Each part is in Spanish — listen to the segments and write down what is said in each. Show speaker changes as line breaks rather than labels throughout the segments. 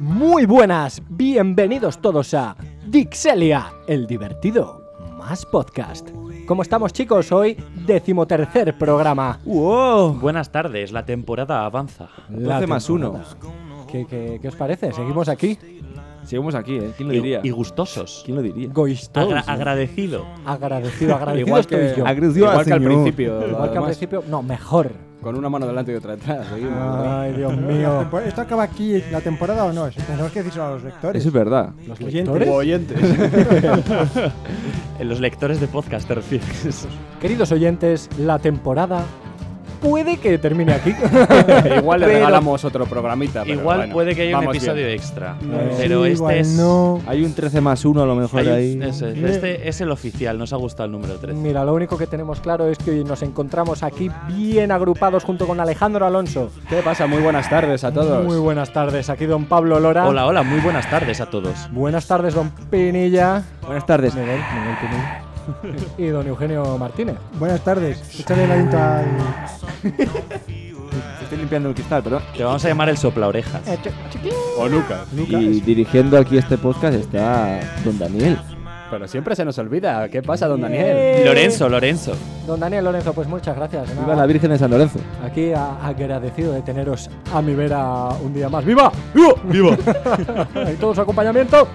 Muy buenas, bienvenidos todos a Dixelia, el divertido más podcast. ¿Cómo estamos chicos? Hoy decimotercer programa. Uh,
¡Wow!
Buenas tardes, la temporada avanza.
La
12 más
temporada. ¿Qué, qué, qué os parece? Seguimos aquí.
Seguimos aquí, ¿eh? ¿Quién lo
Y-
diría?
Y, gustosos.
¿Quién lo diría? ¿eh?
Goistos.
Agra- agradecido.
agradecido, agradecido
Igual
estoy
que,
yo.
agresivo
Igual
al
que al
señor.
principio,
Igual que al
Además,
principio, no, mejor.
Con una mano delante y otra detrás. seguimos. Ah,
Ay, Dios
La
mío.
tempo- ¿Esto acaba aquí la temporada o no? Eso Tenemos que decirlo a los lectores.
Eso es verdad.
¿Los
oyentes.
lectores?
oyentes.
Eh, Los lectores de podcast te refieres.
Queridos oyentes, la temporada puede que termine aquí.
Igual le
Pero-
regalamos otro programita. Ah, pero
Igual
bueno,
puede que haya un
vamos
episodio
bien.
extra.
Igual
Pero
sí,
este
igual
es.
no.
Hay un 13 más 1 a lo mejor
hay un-
ahí.
eso es, este es el oficial, nos ha gustado el número 13.
Mira, lo único que tenemos claro es que hoy nos encontramos aquí bien agrupados junto con Alejandro Alonso.
¿Qué pasa? Muy buenas tardes a todos.
Muy buenas tardes, aquí don Pablo Lora.
Hola, hola, muy buenas tardes a todos.
Buenas tardes, don Pinilla.
Buenas tardes.
Miguel, Miguel Pinilla. y don Eugenio Martínez.
Buenas tardes. Échale el aliento al.
Estoy limpiando el cristal, perdón.
Te vamos a llamar el sopla orejas.
o Lucas.
Y dirigiendo aquí este podcast está Don Daniel.
Pero siempre se nos olvida. ¿Qué pasa, don Daniel?
Eh,
Lorenzo, Lorenzo.
Don Daniel Lorenzo, pues muchas gracias. Nada,
Viva la Virgen de San Lorenzo.
Aquí a- agradecido de teneros a mi vera un día más. ¡Viva! ¡Viva! y todo su acompañamiento.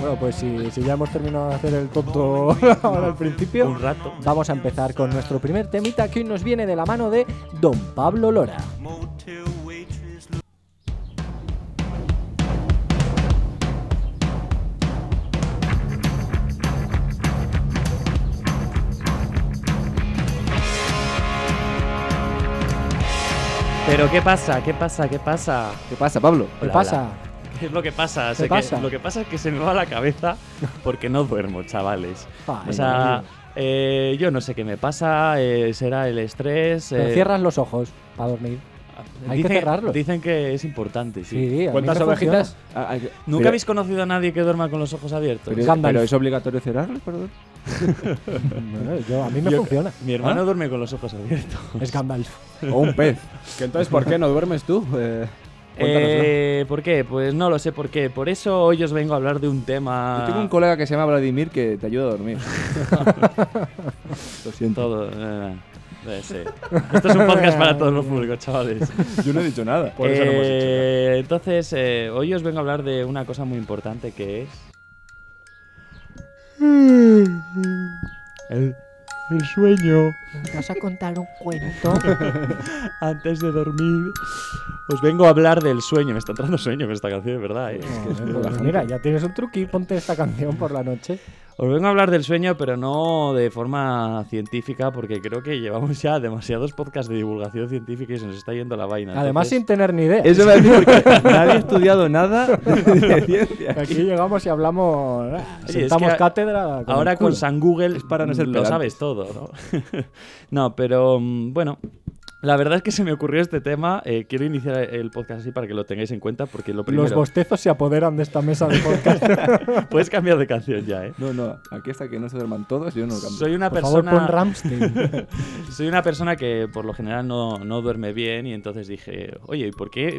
bueno, pues si, si ya hemos terminado de hacer el tonto ahora al principio.
Un rato.
Vamos a empezar con nuestro primer temita que hoy nos viene de la mano de Don Pablo Lora.
Pero ¿qué pasa? ¿Qué pasa? ¿Qué pasa?
¿Qué pasa, Pablo?
¿Qué
Hola,
pasa?
hola. ¿Qué es lo que pasa?
¿Qué
Sé que-
pasa?
lo que pasa es que se me va la cabeza porque no duermo, chavales.
Ay,
o sea, eh, yo no sé qué me pasa, eh, será el estrés.
Pero
eh,
cierras los ojos para dormir. hay que
dicen,
cerrarlos.
Dicen que es importante, sí.
Sí, a mí
¿Cuántas
me funciona.
ovejitas? Ah, ah,
¿Nunca
pero-
habéis conocido a nadie que duerma con los ojos abiertos?
pero-
Gandalf.
pero es obligatorio cerrarlo, perdón.
Bueno, yo- a mí me funciona.
Mi hermano
¿Ah?
duerme con los ojos abiertos.
Es Gandalf.
O un pez. Que entonces, ¿por qué no duermes tú? Eh, cuéntanoslo.
Eh, ¿Por qué? Pues no lo sé por qué. Por eso hoy os vengo a hablar de un tema.
Yo tengo un colega que se llama Vladimir que te ayuda a dormir. Lo siento.
Todo. eh, eh, sí. Esto es un podcast para todos los públicos, chavales.
Yo no he dicho nada.
Pues, Eh, Entonces, eh, hoy os vengo a hablar de una cosa muy importante que es. El, el sueño.
vas a contar un cuento?
Antes de dormir. Os vengo a hablar del sueño. Me está entrando sueño con esta canción, ¿verdad? eh?
Pues mira, ya tienes un truqui, ponte esta canción por la noche.
Os vengo a hablar del sueño, pero no de forma científica, porque creo que llevamos ya demasiados podcasts de divulgación científica y se nos está yendo la vaina.
Además, sin
Ah, Entonces,
tener ni idea.
Eso me a decir porque nadie ha estudiado nada de ciencia.
Aquí llegamos y hablamos. ah,
Oye, es
Sentamos
que a-
cátedra. con
ahora
el culo.
con San Google
Es para no ser
lo
pedantes.
sabes todo, ¿no? no, pero mm, bueno. La verdad es que se me ocurrió este tema. eh, quiero iniciar el podcast así para que lo tengáis en cuenta, porque lo
Los
primero.
bostezos se apoderan de esta mesa de podcast.
Puedes cambiar de canción ya, ¿eh?
No, no, aquí hasta que no se duerman todos, yo no cambio.
Soy una
Por
persona.
favor, pon Ramstein.
Soy una persona que por lo general no, no duerme bien y entonces dije, oye, ¿y por qué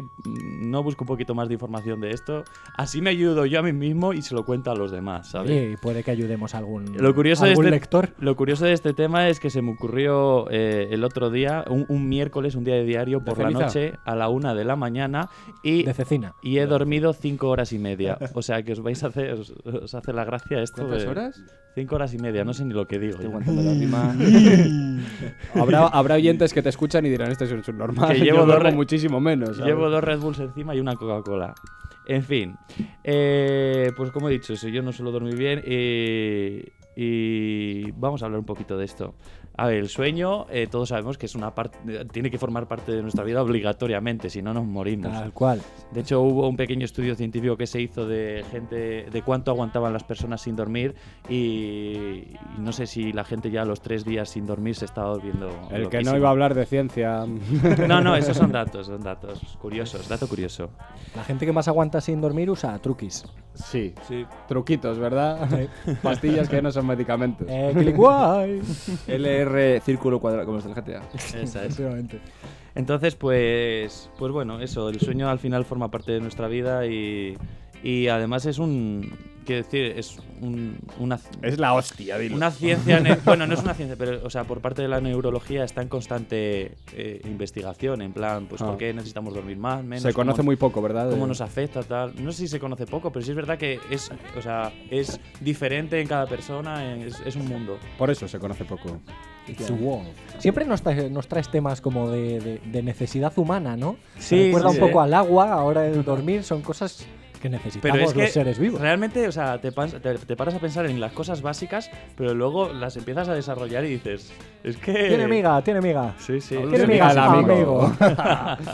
no busco un poquito más de información de esto? Así me ayudo yo a mí mismo y se lo cuento a los demás, ¿sabes?
Y puede que ayudemos a algún,
Lo curioso, de
algún
este,
lector.
lo curioso de este tema es que se me ocurrió eh, el otro día, un, un miércoles, un día de diario, por la
ceniza?
noche, a la una de la mañana, y,
De Cecina.
y he dormido cinco horas y media. O sea que os vais a hacer, os, os hace la gracia esto.
¿Cuántas
de-
horas?
Cinco horas y media, no sé ni lo que digo.
Estoy
ya.
aguantando la rima. habrá, habrá oyentes que te escuchan y dirán, este es un subnormal.
Que llevo
yo
dos
duermo
re-
muchísimo menos. ¿sabes?
Llevo dos Red Bulls encima y una Coca-Cola. En fin, eh, pues como he dicho, eso, yo no suelo dormir bien eh, y vamos a hablar un poquito de esto. A ver, el sueño, eh, todos sabemos que es una parte, tiene que formar parte de nuestra vida obligatoriamente, si no nos morimos.
Tal cual.
De hecho, hubo un pequeño estudio científico que se hizo de gente, de cuánto aguantaban las personas sin dormir y, y no sé si la gente ya a los tres días sin dormir se estaba volviendo.
El que
loquísima.
no iba a hablar de ciencia.
No, no, esos son datos, son datos curiosos, dato curioso.
La gente que más aguanta sin dormir usa truquis.
Sí.
Sí. Truquitos, ¿verdad? Pastillas que no son medicamentos.
Eh, click guay.
LR círculo cuadrado, como es el GTA.
Esa es.
Efectivamente.
Entonces, pues, pues bueno, eso, el sueño al final forma parte de nuestra vida y, y además es un, quiero decir, es un- una,
Es la hostia, dilo.
una ciencia, ne- bueno, no es una ciencia, pero, o sea, por parte de la neurología está en constante eh, investigación, en plan, pues, ¿por
Ah.
qué necesitamos dormir más, menos?
Se conoce
cómo-
muy poco, ¿verdad?
cómo
Eh,
nos afecta tal no sé si se conoce poco pero sí es verdad que es o sea es diferente en cada persona es, es un mundo
Por eso se conoce poco.
Ah,
Siempre nos, traes- nos traes temas como de, de- de necesidad humana, ¿no?
Sí,
Me Recuerda
sí,
un poco
sí.
al agua, ahora el dormir, son cosas que necesitamos
pero es que
los seres vivos.
realmente o sea te, pas- te- te paras a pensar en las cosas básicas pero luego las empiezas a desarrollar y dices es que
Tiene miga, tiene miga.
sí sí
Tiene migas, amigo.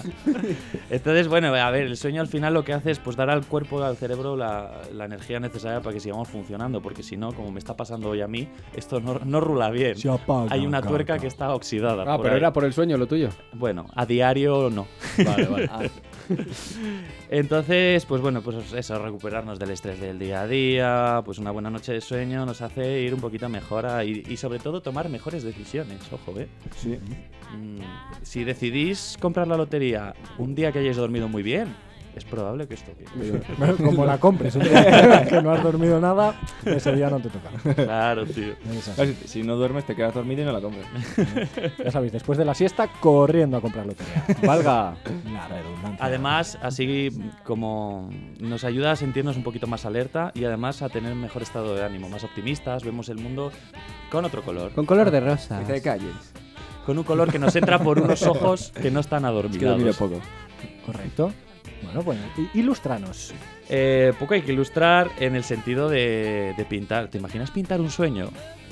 entonces bueno a ver el sueño al final lo que hace es pues dar al cuerpo al cerebro la, la energía necesaria para que sigamos funcionando porque si no como me está pasando hoy a mí esto no, no rula bien
Se apaga,
hay una tuerca
caca.
que está oxidada
Ah,
por
pero
ahí.
era por el sueño lo tuyo. Ah,
Bueno, a diario no. Vale, vale. Entonces, pues bueno, pues eso, recuperarnos del estrés del día a día, pues una buena noche de sueño nos hace ir un poquito mejor a- y, y sobre todo tomar mejores decisiones, ojo, ¿eh?
Sí.
Mm, si decidís comprar la lotería un día que hayáis dormido muy bien, es probable que esto...
Ah,
Bueno, Como la compres, un día que no has dormido nada, ese día no te toca.
Claro, tío.
Es así.
Casi, Si no duermes, te quedas dormido y no la compras.
Ya sabéis, después de la siesta, corriendo a comprar lotería.
Valga.
La redundancia.
Además, así como nos ayuda a sentirnos un poquito más alerta y además a tener mejor estado de ánimo, más optimistas, vemos el mundo con otro color.
Con color de rosa.
Dice que calles.
con un color que nos entra por unos ojos que no están
Es que he dormido
adormilados.
poco.
Correcto. Bueno, pues, bueno, i- ilustranos.
Eh, poco hay que ilustrar en el sentido de, de pintar. ¿Te imaginas pintar un sueño?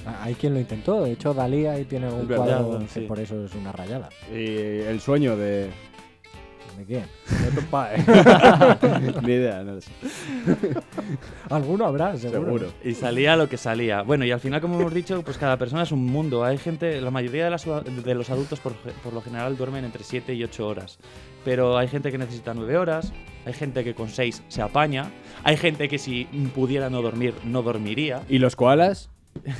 Ah, Hay quien lo intentó, de hecho Dalí ahí tiene un
Es verdad,
cuadro que
sí.
por eso es una rayada.
Y el sueño de.
¿De quién?
Ni idea, no lo sé.
Alguno habrá, seguro.
Seguro.
Y salía lo que salía. Bueno, y al final, como hemos dicho, pues cada persona es un mundo. Hay gente, la mayoría de, las- de los adultos por, por lo general duermen entre 7 y 8 horas. Pero hay gente que necesita 9 horas, hay gente que con 6 se apaña, hay gente que si pudiera no dormir, no dormiría.
¿Y los koalas?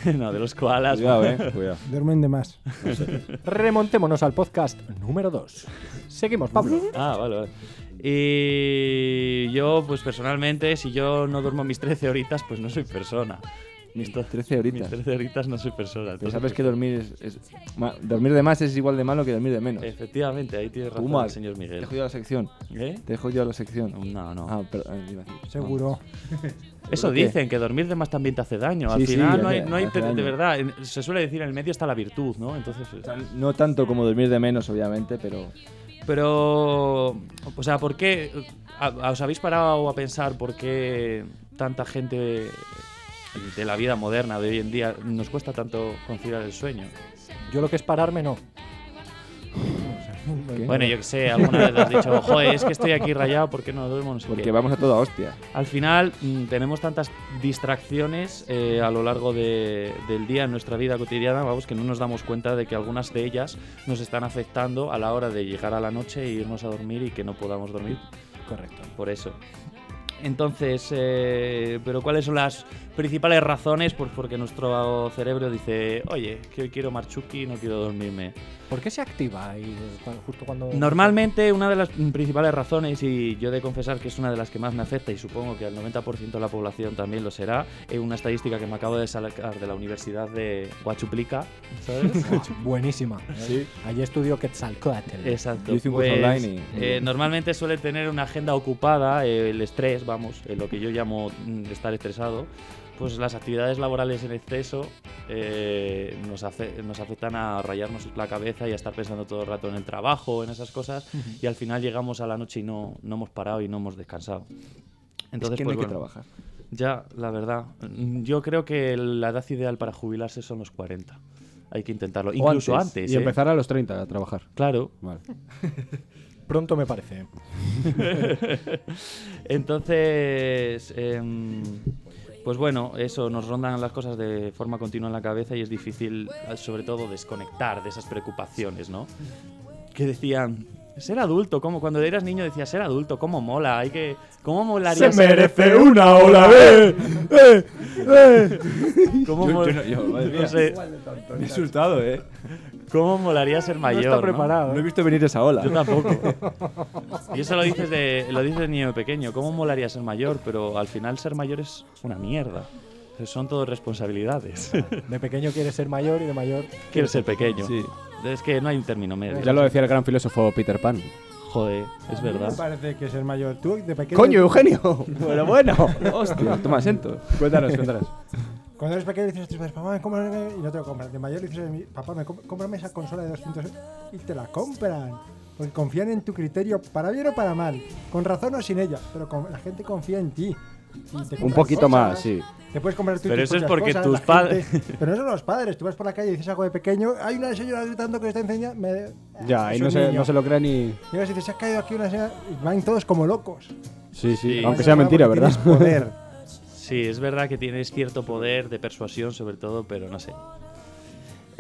no, de los koalas.
Cuidado, eh. Cuidado.
Duermen de más.
Remontémonos al podcast número 2. Seguimos, Pablo.
Ah, vale, vale. Y yo, pues personalmente, si yo no duermo mis 13 horitas, pues no soy persona.
Mis
Esto-
13
Mis
horitas.
13 horitas no soy persona.
Pero
entonces,
sabes que dormir es, es- ma- Dormir de más es igual de malo que dormir de menos.
Efectivamente, ahí tienes razón,
Puma,
el señor
Te
Miguel.
he jodido la sección.
¿Eh?
Te he jodido la sección.
No, no.
Ah, perdón. iba a decir.
Seguro.
Eso
¿Seguro qué?
dicen, que dormir de más también te hace daño. Al
Sí, sí,
final no
hace-
hay, no hay
hace
te- de
daño.
verdad. en- Se suele decir, en el medio está la virtud, ¿no? Entonces, eh,
No tanto como dormir de menos, obviamente, pero.
Pero, o sea, ¿por qué a- os habéis parado a pensar por qué tanta gente de la vida moderna de hoy en día nos cuesta tanto conciliar el sueño?
Yo lo que es pararme, no.
Bueno, yo que sé, alguna vez has dicho, joder, es que estoy aquí rayado, ¿por qué no duermo? No sé
Porque
qué".
vamos a toda hostia.
Al final mm, tenemos tantas distracciones eh, a lo largo de- del día en nuestra vida cotidiana, vamos, que no nos damos cuenta de que algunas de ellas nos están afectando a la hora de llegar a la noche e irnos a dormir y que no podamos dormir
Correcto.
por eso. Entonces, eh, pero ¿cuáles son las principales razones por porque nuestro cerebro dice, oye, que hoy quiero marchuki, no quiero dormirme?
¿Por qué se activa ahí cuando- justo cuando...
Normalmente una de las principales razones, y yo he de confesar que es una de las que más me afecta y supongo que al 90% de la población también lo será, es una estadística que me acabo de sacar de la Universidad de Huachuplica, ¿sabes?
Ah, Buenísima. Allí estudió Quetzalcóatl.
Exacto.
Yo hice un curso
pues,
online y-
eh, normalmente suele tener una agenda ocupada, eh, el estrés, vamos, eh, lo que yo llamo mm, estar estresado. Pues las actividades laborales en exceso eh, nos, afe- nos afectan a rayarnos la cabeza y a estar pensando todo el rato en el trabajo, en esas cosas, y al final llegamos a la noche y no, no hemos parado y no hemos descansado. Entonces,
es que
pues,
no hay que
bueno,
trabajar.
ya, la verdad, mm, yo creo que la edad ideal para jubilarse son los 40. Hay que intentarlo, incluso antes.
Y
¿eh?
empezar a los 30 a trabajar.
Claro.
Vale.
Pronto me parece.
Entonces, em, pues bueno, eso, nos rondan las cosas de forma continua en la cabeza y es difícil, eh, sobre todo, desconectar de esas preocupaciones, ¿no? Que decían, Ser adulto, como cuando eras niño decías ser adulto, cómo mola, hay que. ¿Cómo molaría
Se
ser-
merece una ola B. Eh, eh.
¿Cómo
Yo-
mol-
yo no- yo, madre
no
mía.
sé,
Me he insultado, ¿eh?
¿Cómo molaría ser mayor?
no está
no?
preparado.
No he
¿eh?
visto venir esa ola.
Yo tampoco. Y eso lo dices de lo dices de niño de pequeño. ¿Cómo molaría ser mayor? Pero al final ser mayor es una mierda. Son todo responsabilidades.
De pequeño quieres ser mayor y de mayor.
Quieres ser pequeño.
Sí.
Es que no hay un término medio.
Ya lo decía el gran filósofo Peter Pan.
Joder, es
Me
verdad.
parece que ser mayor. Tú, de pequeño.
¡Coño, Eugenio!
Bueno, bueno. Hostia, toma asiento. Cuéntanos, cuéntanos.
Cuando eres pequeño dices a tus padres, papá, me compras. Y no te lo compran. De mayor dices, a mi- papá, me comp- cómprame esa consola de 200 euros. Y te la compran. Porque confían en tu criterio, para bien o para mal. Con razón o sin ella. Pero con- la gente confía en ti. Y te
Un
compran
poquito
cosas.
más, sí.
Te puedes comprar tú
Pero
tus
eso es porque
propias cosas,
tus
la gente-
padres-
Pero no son los padres. Tú vas por la calle y dices algo de pequeño. Hay una señora gritando que está incendiada. Me...
Ya,
Es
ahí
un
no se,
niño.
no se lo crea ni.
Llegas y dices, se ha caído aquí una señora. Y van todos como locos.
Sí, sí.
Sí.
Aunque sea mentira,
Porque
¿verdad?
tienes poder.
Sí, es verdad que tienes cierto poder de persuasión sobre todo, pero no sé.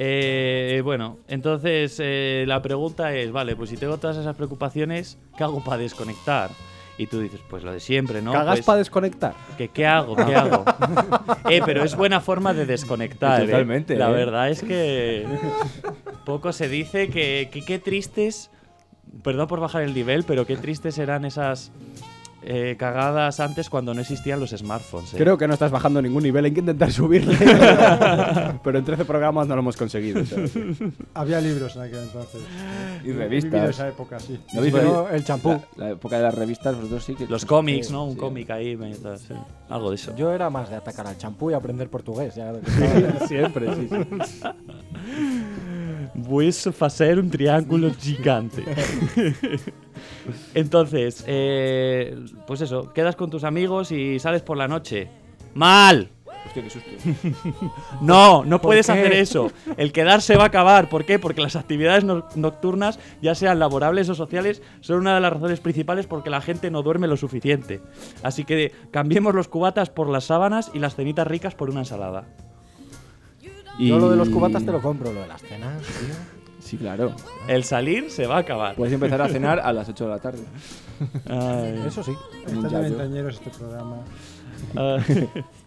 Eh, bueno, entonces eh, la pregunta es, vale, pues si tengo todas esas preocupaciones, ¿qué hago para desconectar? Y tú dices, pues lo de siempre, ¿no?
Cagas
Pues-
para desconectar.
¿Qué, ¿Qué hago? ¿Qué hago? Eh, pero es buena forma de desconectar. ¿eh?
Totalmente,
La
¿eh?
verdad es que poco se dice que que- qué tristes, perdón por bajar el nivel, pero qué tristes eran esas eh, cagadas antes cuando no existían los smartphones. ¿eh?
Creo que no estás bajando ningún nivel, hay que intentar subirle. Pero en 13 programas no lo hemos conseguido. ¿sabes?
Había libros en aquel entonces.
Y
He vivido
revistas.
esa época, sí.
¿No habéis leído
Pero el champú.
la, la época de las revistas, vosotros sí que...
Los cómics, ¿no?
Sí,
Un
sí.
cómic ahí, me- tal, sí. algo de eso.
Yo era más de atacar al champú y aprender portugués. ya.
Siempre, sí. sí.
Puedes hacer un triángulo gigante. Entonces, eh, pues eso, quedas con tus amigos y sales por la noche. ¡Mal!
Hostia, qué susto.
No, no puedes
qué?
hacer eso. El quedarse va a acabar. ¿Por qué? Porque las actividades no- nocturnas, ya sean laborables o sociales, son una de las razones principales porque la gente no duerme lo suficiente. Así que cambiemos los cubatas por las sábanas y las cenitas ricas por una ensalada.
Yo lo de los
Y-
cubatas te lo compro, lo de las cenas, tío.
Sí, claro.
El salir se va a acabar.
Pues-
Puedes empezar a cenar a las 8 de la tarde.
Ay.
Eso sí.
Un
Está de
yayo.
ventañeros este programa.
Ah,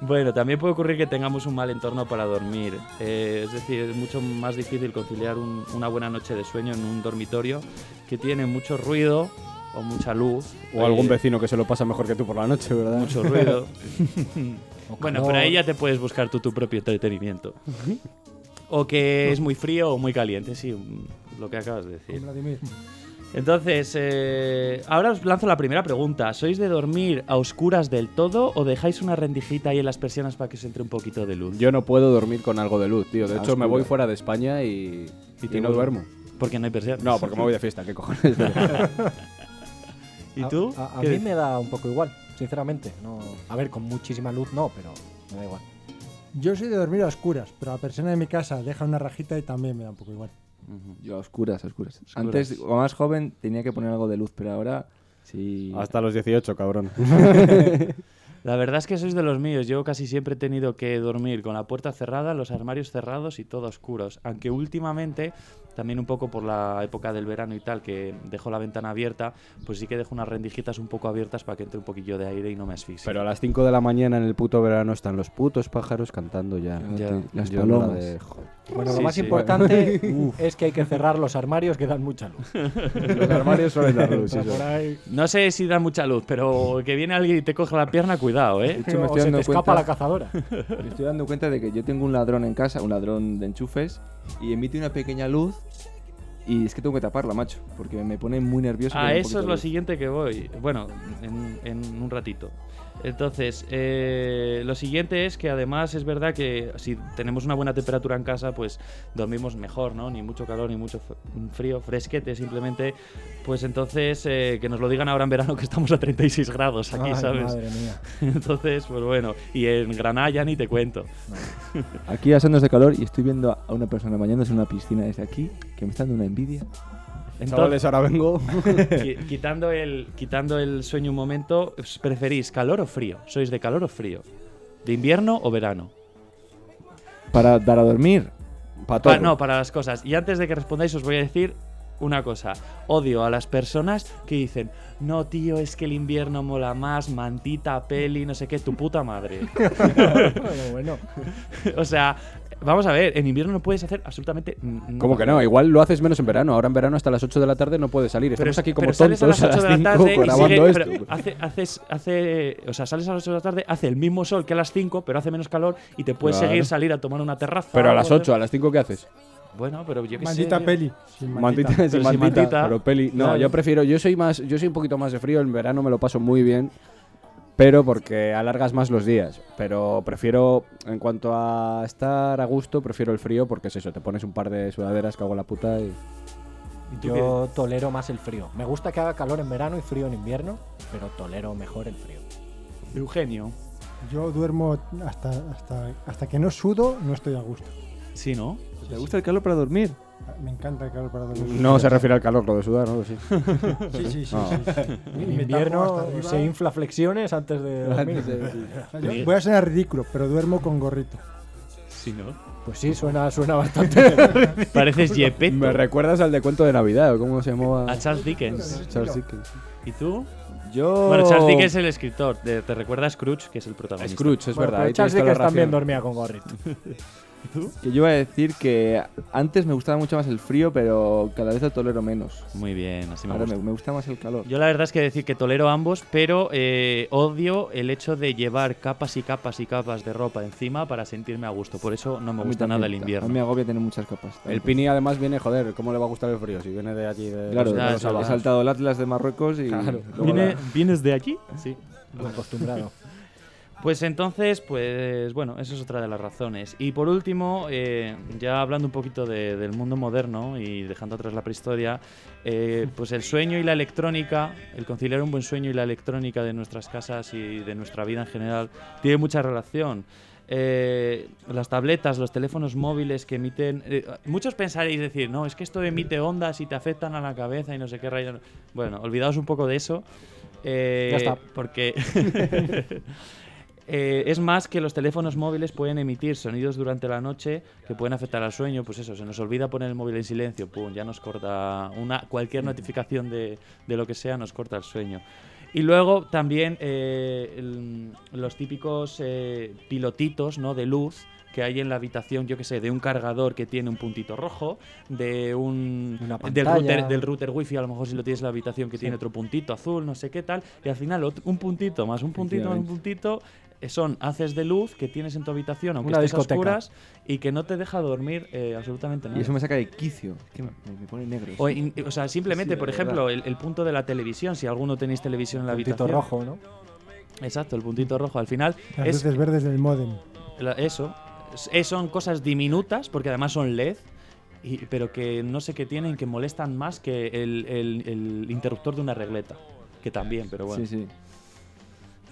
bueno, también puede ocurrir que tengamos un mal entorno para dormir. Eh, es decir, es mucho más difícil conciliar un- una buena noche de sueño en un dormitorio que tiene mucho ruido o mucha luz.
O algún
Eh,
vecino que se lo pasa mejor que tú por la noche, ¿verdad?
Mucho ruido.
O
bueno,
calor.
pero ahí ya te puedes buscar tú tu propio entretenimiento. O que es muy frío o muy caliente, sí, mm, lo que acabas de decir.
Vladimir.
Entonces, eh, ahora os lanzo la primera pregunta. ¿Sois de dormir a oscuras del todo o dejáis una rendijita ahí en las persianas para que os entre un poquito de luz?
Yo no puedo dormir con algo de luz, tío. De
A
hecho, me voy
oscuras.
fuera de España y,
Y
y,
te
no
vuelvo.
duermo.
Porque no hay persianas.
No, porque me voy de fiesta, ¿qué cojones?
¿Y
A-
tú?
A, a
¿Qué
mí
dices?
me da un poco igual, sinceramente. No, a ver, con muchísima luz no, pero me da igual.
Yo soy de dormir a oscuras, pero la persona de mi casa deja una rajita y también me da un poco igual.
Yo a oscuras, a oscuras. Antes, cuando más joven, tenía que poner algo de luz, pero ahora sí...
Hasta los 18, cabrón.
La verdad es que sois de los míos. Yo casi siempre he tenido que dormir con la puerta cerrada, los armarios cerrados y todo a oscuros. Aunque últimamente, también un poco por la época del verano y tal, que dejo la ventana abierta, pues sí que dejo unas rendijitas un poco abiertas para que entre un poquillo de aire y no me asfixie.
Pero a las 5 de la mañana en el puto verano están los putos pájaros cantando ya.
Ya.
Las
Yo la
palomas.
de-
Bueno, lo
Sí,
más
sí.
importante es que hay que cerrar los armarios que dan mucha luz.
Los armarios suelen dar luz,
Para
eso.
por ahí,
No sé si da mucha luz, pero que viene alguien y te coge la pierna, cuidado, ¿eh?
hecho, me
o
estoy
se
dando
te escapa
cuenta-
la cazadora.
Me estoy dando cuenta de que yo tengo un ladrón en casa, un ladrón de enchufes, y emite una pequeña luz y es que tengo que taparla, macho, porque me pone muy nervioso. que
A
haya un
Ah, eso es
poquito
lo
de luz.
siguiente que voy. Bueno, en, en un ratito. Entonces, eh, lo siguiente es que además es verdad que si tenemos una buena temperatura en casa, pues dormimos mejor, ¿no? Ni mucho calor, ni mucho f- frío, fresquete simplemente. Pues entonces, eh, que nos lo digan ahora en verano que estamos a 36 grados aquí,
Ay,
¿sabes?
Madre mía.
Entonces, pues bueno, y en Granada ya ni te cuento.
Aquí asándose de calor y estoy viendo a una persona bañándose en una piscina desde aquí, que me está dando una envidia.
Entonces,
Chavales, ahora vengo.
qui- quitando, el, quitando el sueño un momento, ¿preferís calor o frío? ¿Sois de calor o frío? ¿De invierno o verano?
Para dar a dormir.
Pa' todo.
Ah, Pa- no, para las cosas. Y antes de que respondáis, os voy a decir una cosa. Odio a las personas que dicen, no, tío, es que el invierno mola más, mantita, peli, no sé qué, tu puta madre.
Bueno, bueno.
o sea, vamos a ver, en invierno no puedes hacer absolutamente n-
¿Cómo que no? Igual lo haces menos en verano. Ahora en verano hasta las 8 de la tarde no puedes salir.
Pero
Estamos
es-
aquí como
pero sales
tontos
a las 8 de la tarde
5
y
grabando
sigue-
esto.
pero hace, haces- hace- o sea, sales a las 8 de la tarde, hace el mismo sol que a las 5, pero hace menos calor y te puedes
Claro.
seguir salir a tomar una terraza.
Pero a
o
las
hacer-
8, a las 5 ¿qué haces?
Bueno, pero yo qué sé,
Maldita
tío.
peli. Sin
Mantita,
mantita.
sin
Pero sin
mantita,
mantita.
pero peli. No,
Claro.
yo prefiero, yo soy más, yo soy un poquito más de frío, en verano me lo paso muy bien, pero porque alargas más los días. Pero prefiero, en cuanto a estar a gusto, prefiero el frío porque es eso, te pones un par de sudaderas, cago en la puta y...
¿Y tú qué?
Yo tolero más el frío. Me gusta que haga calor en verano y frío en invierno, pero tolero mejor el frío.
Eugenio.
Yo duermo hasta, hasta, hasta que no sudo, no estoy a gusto.
Sí, ¿no?
¿Te gusta el calor para dormir?
Me encanta el calor para dormir.
No se Ah. refiere al calor, lo de sudar, ¿no? Sí.
Sí, sí, sí.
No.
sí.
En
Me tapo hasta
invierno
arriba.
se infla flexiones antes de dormir.
O sea, yo Voy a sonar ridículo, pero duermo con gorrito.
Sí, ¿no?
Pues sí, suena, suena bastante.
Pareces Yepeto
Me recuerdas al de cuento de Navidad, o cómo se llamaba
a Charles Dickens.
Charles Dickens.
¿Y tú?
Yo...
Bueno,
Oh.
Charles Dickens es el escritor. Te, te recuerda a Scrooge, que es el protagonista.
Scrooge, es
Bueno,
verdad.
pero
ahí
Charles
tienes toda la
Dickens también
razón.
dormía con gorrito.
Que yo iba a decir que antes me gustaba mucho más el frío, pero cada vez lo tolero menos.
Muy bien, así me
Ahora me,
gusta.
me gusta más el calor.
Yo la verdad es que decir que tolero ambos, pero eh, odio el hecho de llevar capas y capas y capas de ropa encima para sentirme a gusto. Por eso no me
A mí
gusta
también,
nada el
A mí me
invierno.
agobia tener muchas capas.
El Pini además viene, joder, ¿cómo le va a gustar el frío? Si viene de allí de...
Claro,
de
Ya,
he
los Alba.
saltado el Atlas de Marruecos y luego
¿Viene-
la-
¿Vienes de aquí? Sí.
Acostumbrado.
Pues entonces, pues bueno, eso es otra de las razones. Y por último, eh, ya hablando un poquito de- del mundo moderno y dejando atrás la prehistoria, eh, pues el sueño y la electrónica, el conciliar un buen sueño y la electrónica de nuestras casas y de nuestra vida en general, tiene mucha relación. Eh, las tabletas, los teléfonos móviles que emiten... eh, muchos pensaréis decir, no, es que esto emite ondas y te afectan a la cabeza y no sé qué rayos. Bueno, olvidaos un poco de eso. eh,
Ya está.
Porque... Eh, es más que los teléfonos móviles pueden emitir sonidos durante la noche que pueden afectar al sueño. Pues eso, se nos olvida poner el móvil en silencio, pum, ya nos corta una,
Mm.
cualquier notificación de, de lo que sea, nos corta el sueño. Y luego también eh, el- los típicos eh, pilotitos ¿no? de luz que hay en la habitación, yo que sé, de un cargador que tiene un puntito rojo, de un
Una
del
pantalla.
router, del router wifi, a lo mejor si lo tienes en la habitación que tiene otro puntito azul, no sé qué tal, y al final ot- un puntito más un puntito más un puntito eh, son haces de luz que tienes en tu habitación aunque
Una
estés a
discoteca.
oscuras y que no te deja dormir eh, absolutamente nada.
Y eso me saca de quicio. Es que me, me pone negro.
O, in- o sea, simplemente,
Sí,
por
de verdad.
ejemplo, el, el punto de la televisión, si alguno tenéis televisión en la
Puntito
habitación.
rojo, ¿no?
Exacto, el puntito rojo. Al final,
Las
es,
luces verdes del modem.
la- eso. es- es- son cosas diminutas, porque además son LED, y- pero que no sé qué tienen, que molestan más que el, el- el interruptor de una regleta. Que también, pero bueno.
Sí, sí.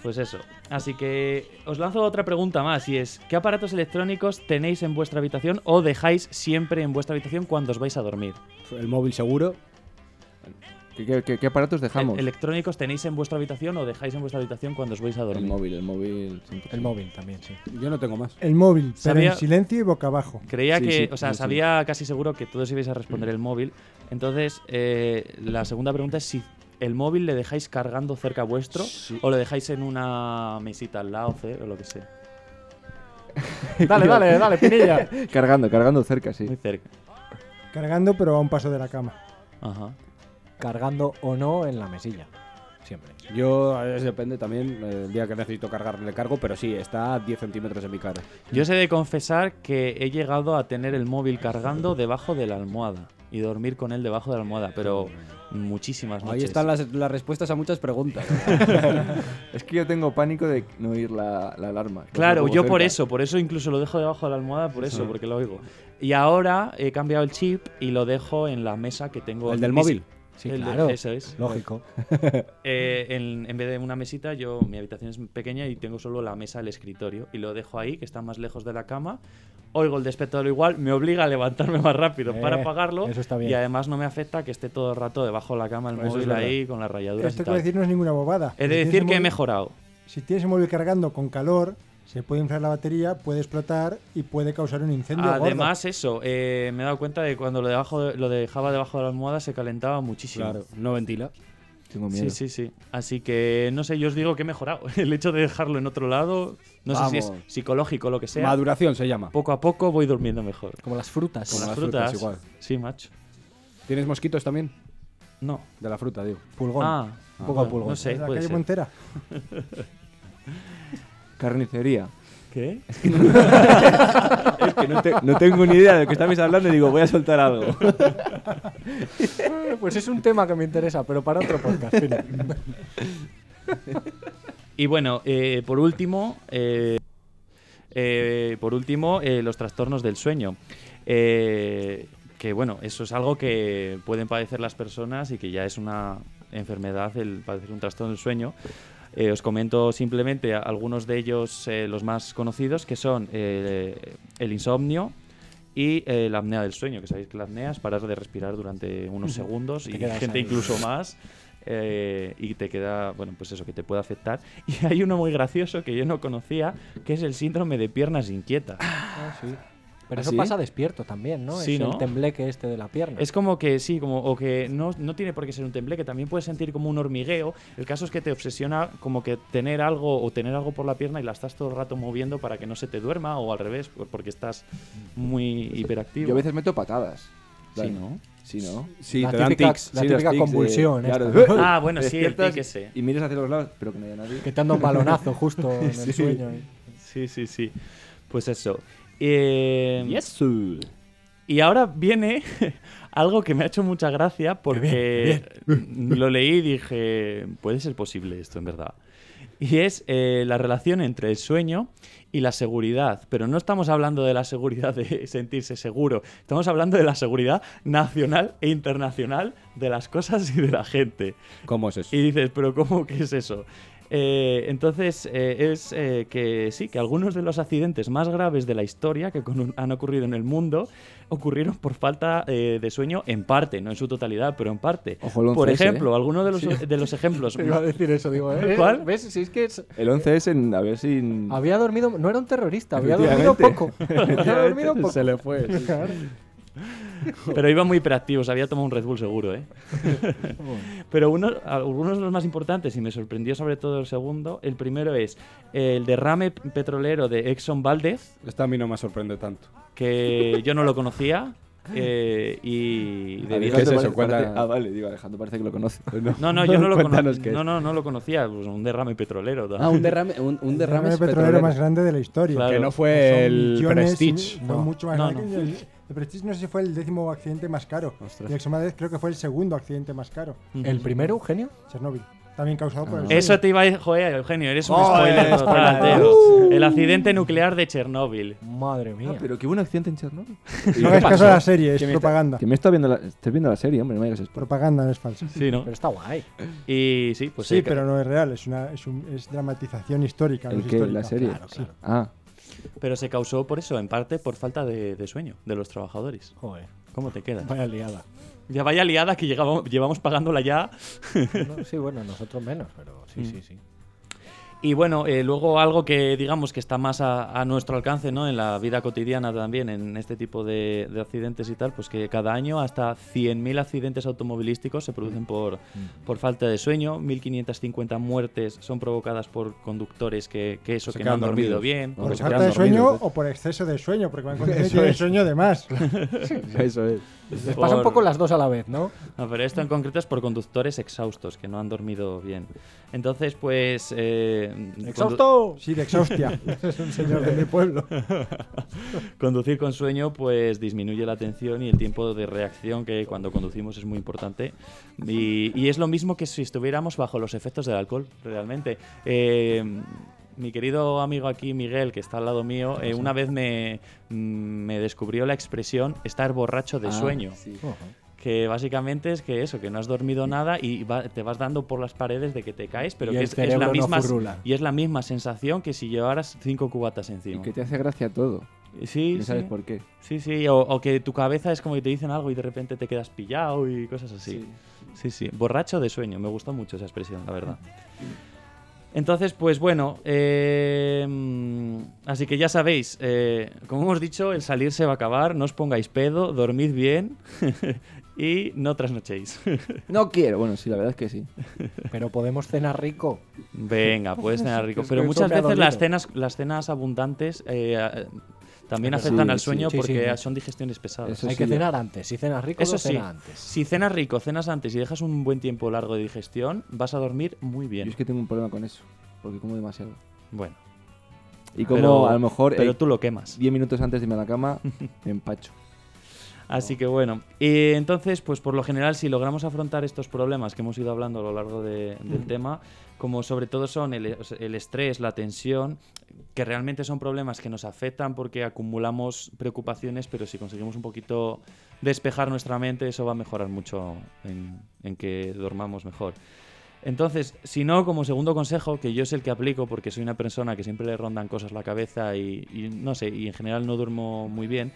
Pues eso. Así que os lanzo otra pregunta más y es, ¿qué aparatos electrónicos tenéis en vuestra habitación o dejáis siempre en vuestra habitación cuando os vais a dormir? E-
El móvil seguro.
¿Qué, qué- qué- qué aparatos dejamos?
E- ¿Electrónicos tenéis en vuestra habitación o dejáis en vuestra habitación cuando os vais a
El
dormir?
móvil, el móvil. siempre.
El móvil también, sí.
Yo no tengo más.
El móvil, pero
Sabía-
en silencio y boca abajo.
Creía
Sí,
que,
sí,
o sea,
sí, sí.
sabía casi seguro que todos ibais a responder el móvil. Entonces, eh, la segunda pregunta es si el móvil le dejáis cargando cerca vuestro o lo dejáis en una mesita al lado ce- o lo que sea.
Dale, dale, dale, Pinilla.
Cargando, cargando cerca, sí.
Muy cerca.
Cargando, pero a un paso de la cama.
Ajá.
Cargando o no en la mesilla. Siempre.
Yo, a veces depende también, eh, el día que necesito cargar le cargo, pero sí, está a 10 centímetros de mi cara.
Yo os he de confesar que he llegado a tener el móvil cargando debajo de la almohada y dormir con él debajo de la almohada, pero muchísimas noches.
Ahí están las, las respuestas a muchas preguntas.
Es que yo tengo pánico de no oír la, la alarma.
Claro, yo por
Cerca.
eso, por eso incluso lo dejo debajo de la almohada, por eso, porque lo oigo. Y ahora he cambiado el chip y lo dejo en la mesa que tengo.
¿El del
Ni
móvil?
si-
Sí,
el de-
claro.
eso es.
Lógico.
Eh, en, en vez de una mesita, yo mi habitación es pequeña y tengo solo la mesa, el escritorio. Y lo dejo ahí, que está más lejos de la cama. Oigo el despertador igual, me obliga a levantarme más rápido
Eh,
para apagarlo.
eso está bien.
Y además no me afecta que esté todo el rato debajo de la cama el
Eso es
móvil
verdad.
ahí con las rayaduras
Esto
y
que voy
tal.
a decir no es ninguna bobada.
He
Si
de
tienes
decir
el
que he
móvil-
mejorado.
Si tienes el móvil cargando con calor, se puede inflar la batería, puede explotar y puede causar un incendio. gordo.
Además, eso, eh, me he dado cuenta de que cuando lo, debajo de- lo dejaba debajo de la almohada se calentaba muchísimo.
Claro, no ventila.
Tengo miedo.
Sí, sí, sí. Así que no sé, yo os digo que he mejorado. El hecho de dejarlo en otro lado, no sé si
Vamos.
es psicológico o lo que sea.
Maduración se llama.
Poco a poco voy durmiendo mejor.
Como las frutas.
Con las
Como las
frutas.
frutas, igual.
Sí, macho.
¿Tienes mosquitos también?
No.
De la fruta, digo.
Pulgón.
Ah,
Un
poco
poco
a
a pulgón.
No
¿De
sé,
la
puede
calle
ser.
Montera?
Carnicería.
¿Qué?
Es que no, te- no tengo ni idea de lo que estabais hablando y digo, voy a soltar algo.
Pues es un tema que me interesa, pero para otro podcast. Mira.
Y bueno, eh, por último, eh, eh, por último, eh, los trastornos del sueño. Eh, que bueno, eso es algo que pueden padecer las personas y que ya es una enfermedad el padecer un trastorno del sueño. Eh, os comento simplemente a- algunos de ellos, eh, los más conocidos, que son eh, el insomnio y eh, la apnea del sueño, que sabéis que la apnea es parar de respirar durante unos segundos y
quedas
gente
ahí.
incluso más. eh, y te queda, bueno, pues eso, que te puede afectar. Y hay uno muy gracioso que yo no conocía, que es el síndrome de piernas inquietas.
Pero
¿Ah,
eso
sí?
pasa despierto también, ¿no?
Sí,
es
¿no?
el tembleque este de la pierna.
Es como que sí, como o que no, no tiene por qué ser un tembleque, también puedes sentir como un hormigueo. El caso es que te obsesiona como que tener algo o tener algo por la pierna y la estás todo el rato moviendo para que no se te duerma o al revés, por- porque estás muy hiperactivo.
Yo a veces meto patadas.
sí, ¿no?
Sí, ¿no.
Sí,
La
te dan
típica-
tics.
la
los
típica
tics
convulsión
de-
esta,
claro,
Ah, bueno,
te
sí, el
despiertas
tic ese.
Y miras hacia los lados, pero que no haya nadie.
Que te anda un balonazo justo en el sueño.
Sí, sí, sí. Pues eso. Eh, Y ahora viene algo que me ha hecho mucha gracia porque lo leí y dije, puede ser posible esto, en verdad. Y es eh, la relación entre el sueño y la seguridad. Pero no estamos hablando de la seguridad de sentirse seguro. Estamos hablando de la seguridad nacional e internacional de las cosas y de la gente.
¿Cómo es eso?
Y dices, pero ¿cómo que es eso? Eh, entonces, eh, es eh, que sí, que algunos de los accidentes más graves de la historia que con- han ocurrido en el mundo ocurrieron por falta eh, de sueño en parte, no en su totalidad, pero en parte.
Ojo el
por
11S,
ejemplo, algunos de los, de los ejemplos...
Te ¿eh? iba a decir eso, digo, ¿eh?
¿Cuál?
¿Ves? Si es que es-
El 11 es en. A ver si.
había dormido, no era un terrorista, había dormido poco. Había dormido poco.
Se le fue. sí.
Pero iba muy hiperactivo, se había tomado un Red Bull seguro, ¿eh? Pero uno, algunos de los más importantes, y me sorprendió sobre todo el segundo, el primero es el derrame petrolero de Exxon Valdez,
Esta a mí no me sorprende tanto.
que yo no lo conocía eh, y de
Adiós.
Dios-
¿Qué es
parece-
eso? Cuenta-
parece- Ah, vale, digo, Alejandro parece que lo conoce.
no no yo no lo conocía
Cuéntanos qué es.
no, no no lo conocía pues, un derrame petrolero ¿no?
Ah, un derrame, un, un
El
derrame
derrame petrolero más grande de la historia.
Claro.
Que no
Son
fue el
millones,
Prestige.
fue mucho más
No,
grande que El, el Prestige no sé si fue el décimo accidente más caro. Y Exomadez creo que fue el segundo accidente más caro.
¿El primero, Eugenio?
Chernobyl. También causado por el
Ah. eso
sueño.
te iba a joder Eugenio eres un
Joder,
spoiler
Uh.
total
spoiler.
tío. el accidente nuclear de Chernóbil
Madre mía.
Ah, pero que hubo un accidente en Chernobyl.
No hagas caso a la serie, es propaganda.
Que me está viendo la, estás viendo la serie, hombre, no me digas spoiler.
Propaganda no es falsa.
sí no
Pero está guay.
y sí pues
sí,
que-
pero no es real, es una es, un- es dramatización
Ah,
histórica. no
¿El
es
qué?
histórica.
¿La serie?
Sí.
Ah,
pero se causó por eso en parte por falta de, de sueño de los trabajadores
Joder,
cómo te queda
vaya liada.
ya vaya liada que llegamos, llevamos pagándola ya
No, sí, bueno, nosotros menos, pero sí, sí, sí.
Y bueno, eh, luego algo que digamos que está más a, a nuestro alcance, ¿no? En la vida cotidiana también, en este tipo de, de accidentes y tal, pues que cada año hasta 100.000 accidentes automovilísticos se producen por, por falta de sueño, 1.550 muertes son provocadas por conductores que, que eso,
Se
que no han
quedan
dormido
dormidos.
bien.
Por
Porque se
falta
quedan
de sueño
dormidos,
o por exceso de sueño, porque van con
Eso
tiene
es.
sueño de más.
eso es.
Les pasa un
Por-
poco las dos a la vez, ¿no?
No, pero esto en concreto es por conductores exhaustos, que no han dormido bien. Entonces, pues... eh, condu-
¡Exhausto!
Sí, de exhaustia. es un señor de mi pueblo.
Conducir con sueño pues disminuye la atención y el tiempo de reacción que cuando conducimos es muy importante. Y, y es lo mismo que si estuviéramos bajo los efectos del alcohol, realmente. Eh, mi querido amigo aquí, Miguel, que está al lado mío, eh, una vez me, mm, me descubrió la expresión estar borracho
Ah.
Ah,
de sueño. Que básicamente es que eso, que no has dormido nada y va- te vas dando por las paredes de que te caes, pero
Y
que
el
es, es
cerebro
la
no
misma,
furrula.
y es la misma sensación que si llevaras cinco cubatas
Y
encima.
que te hace gracia todo.
Sí,
no sabes
sí.
por qué.
Sí, sí, o, o que tu cabeza es como que te dicen algo y de repente te quedas pillado y cosas así. Sí, sí, borracho de sueño, me gustó mucho esa expresión, la verdad. Entonces, pues bueno, eh, mm, así que ya sabéis, eh, como hemos dicho, el salir se va a acabar, no os pongáis pedo, dormid bien y no trasnochéis.
No quiero. Bueno, sí, la verdad es que sí.
Pero podemos cenar rico.
Venga, puedes cenar rico.
Es
Pero
que eso
muchas
me ha
veces las
dolido.
cenas, las cenas abundantes eh, eh, también
Sí,
afectan al
sí,
sueño
sí,
porque
sí.
son digestiones pesadas.
Eso
Hay
sí,
que
yo-
cenar antes. Si cenas rico,
Eso
no
sí.
cena antes.
Si cenas rico, cenas antes y dejas un buen tiempo largo de digestión, vas a dormir muy
Yo
bien.
es que tengo un problema con eso, porque como demasiado.
Bueno,
Y como
Pero-
a lo mejor
pero
eh,
tú lo quemas.
10 minutos antes de irme a la cama, me empacho.
Así que bueno, y entonces, pues por lo general, si logramos afrontar estos problemas que hemos ido hablando a lo largo de- del tema, como sobre todo son el, el estrés, la tensión, que realmente son problemas que nos afectan porque acumulamos preocupaciones, pero si conseguimos un poquito despejar nuestra mente, eso va a mejorar mucho en, en que dormamos mejor. Entonces, si no, como segundo consejo, que yo es el que aplico porque soy una persona que siempre le rondan cosas la cabeza y, y no sé, y en general no duermo muy bien,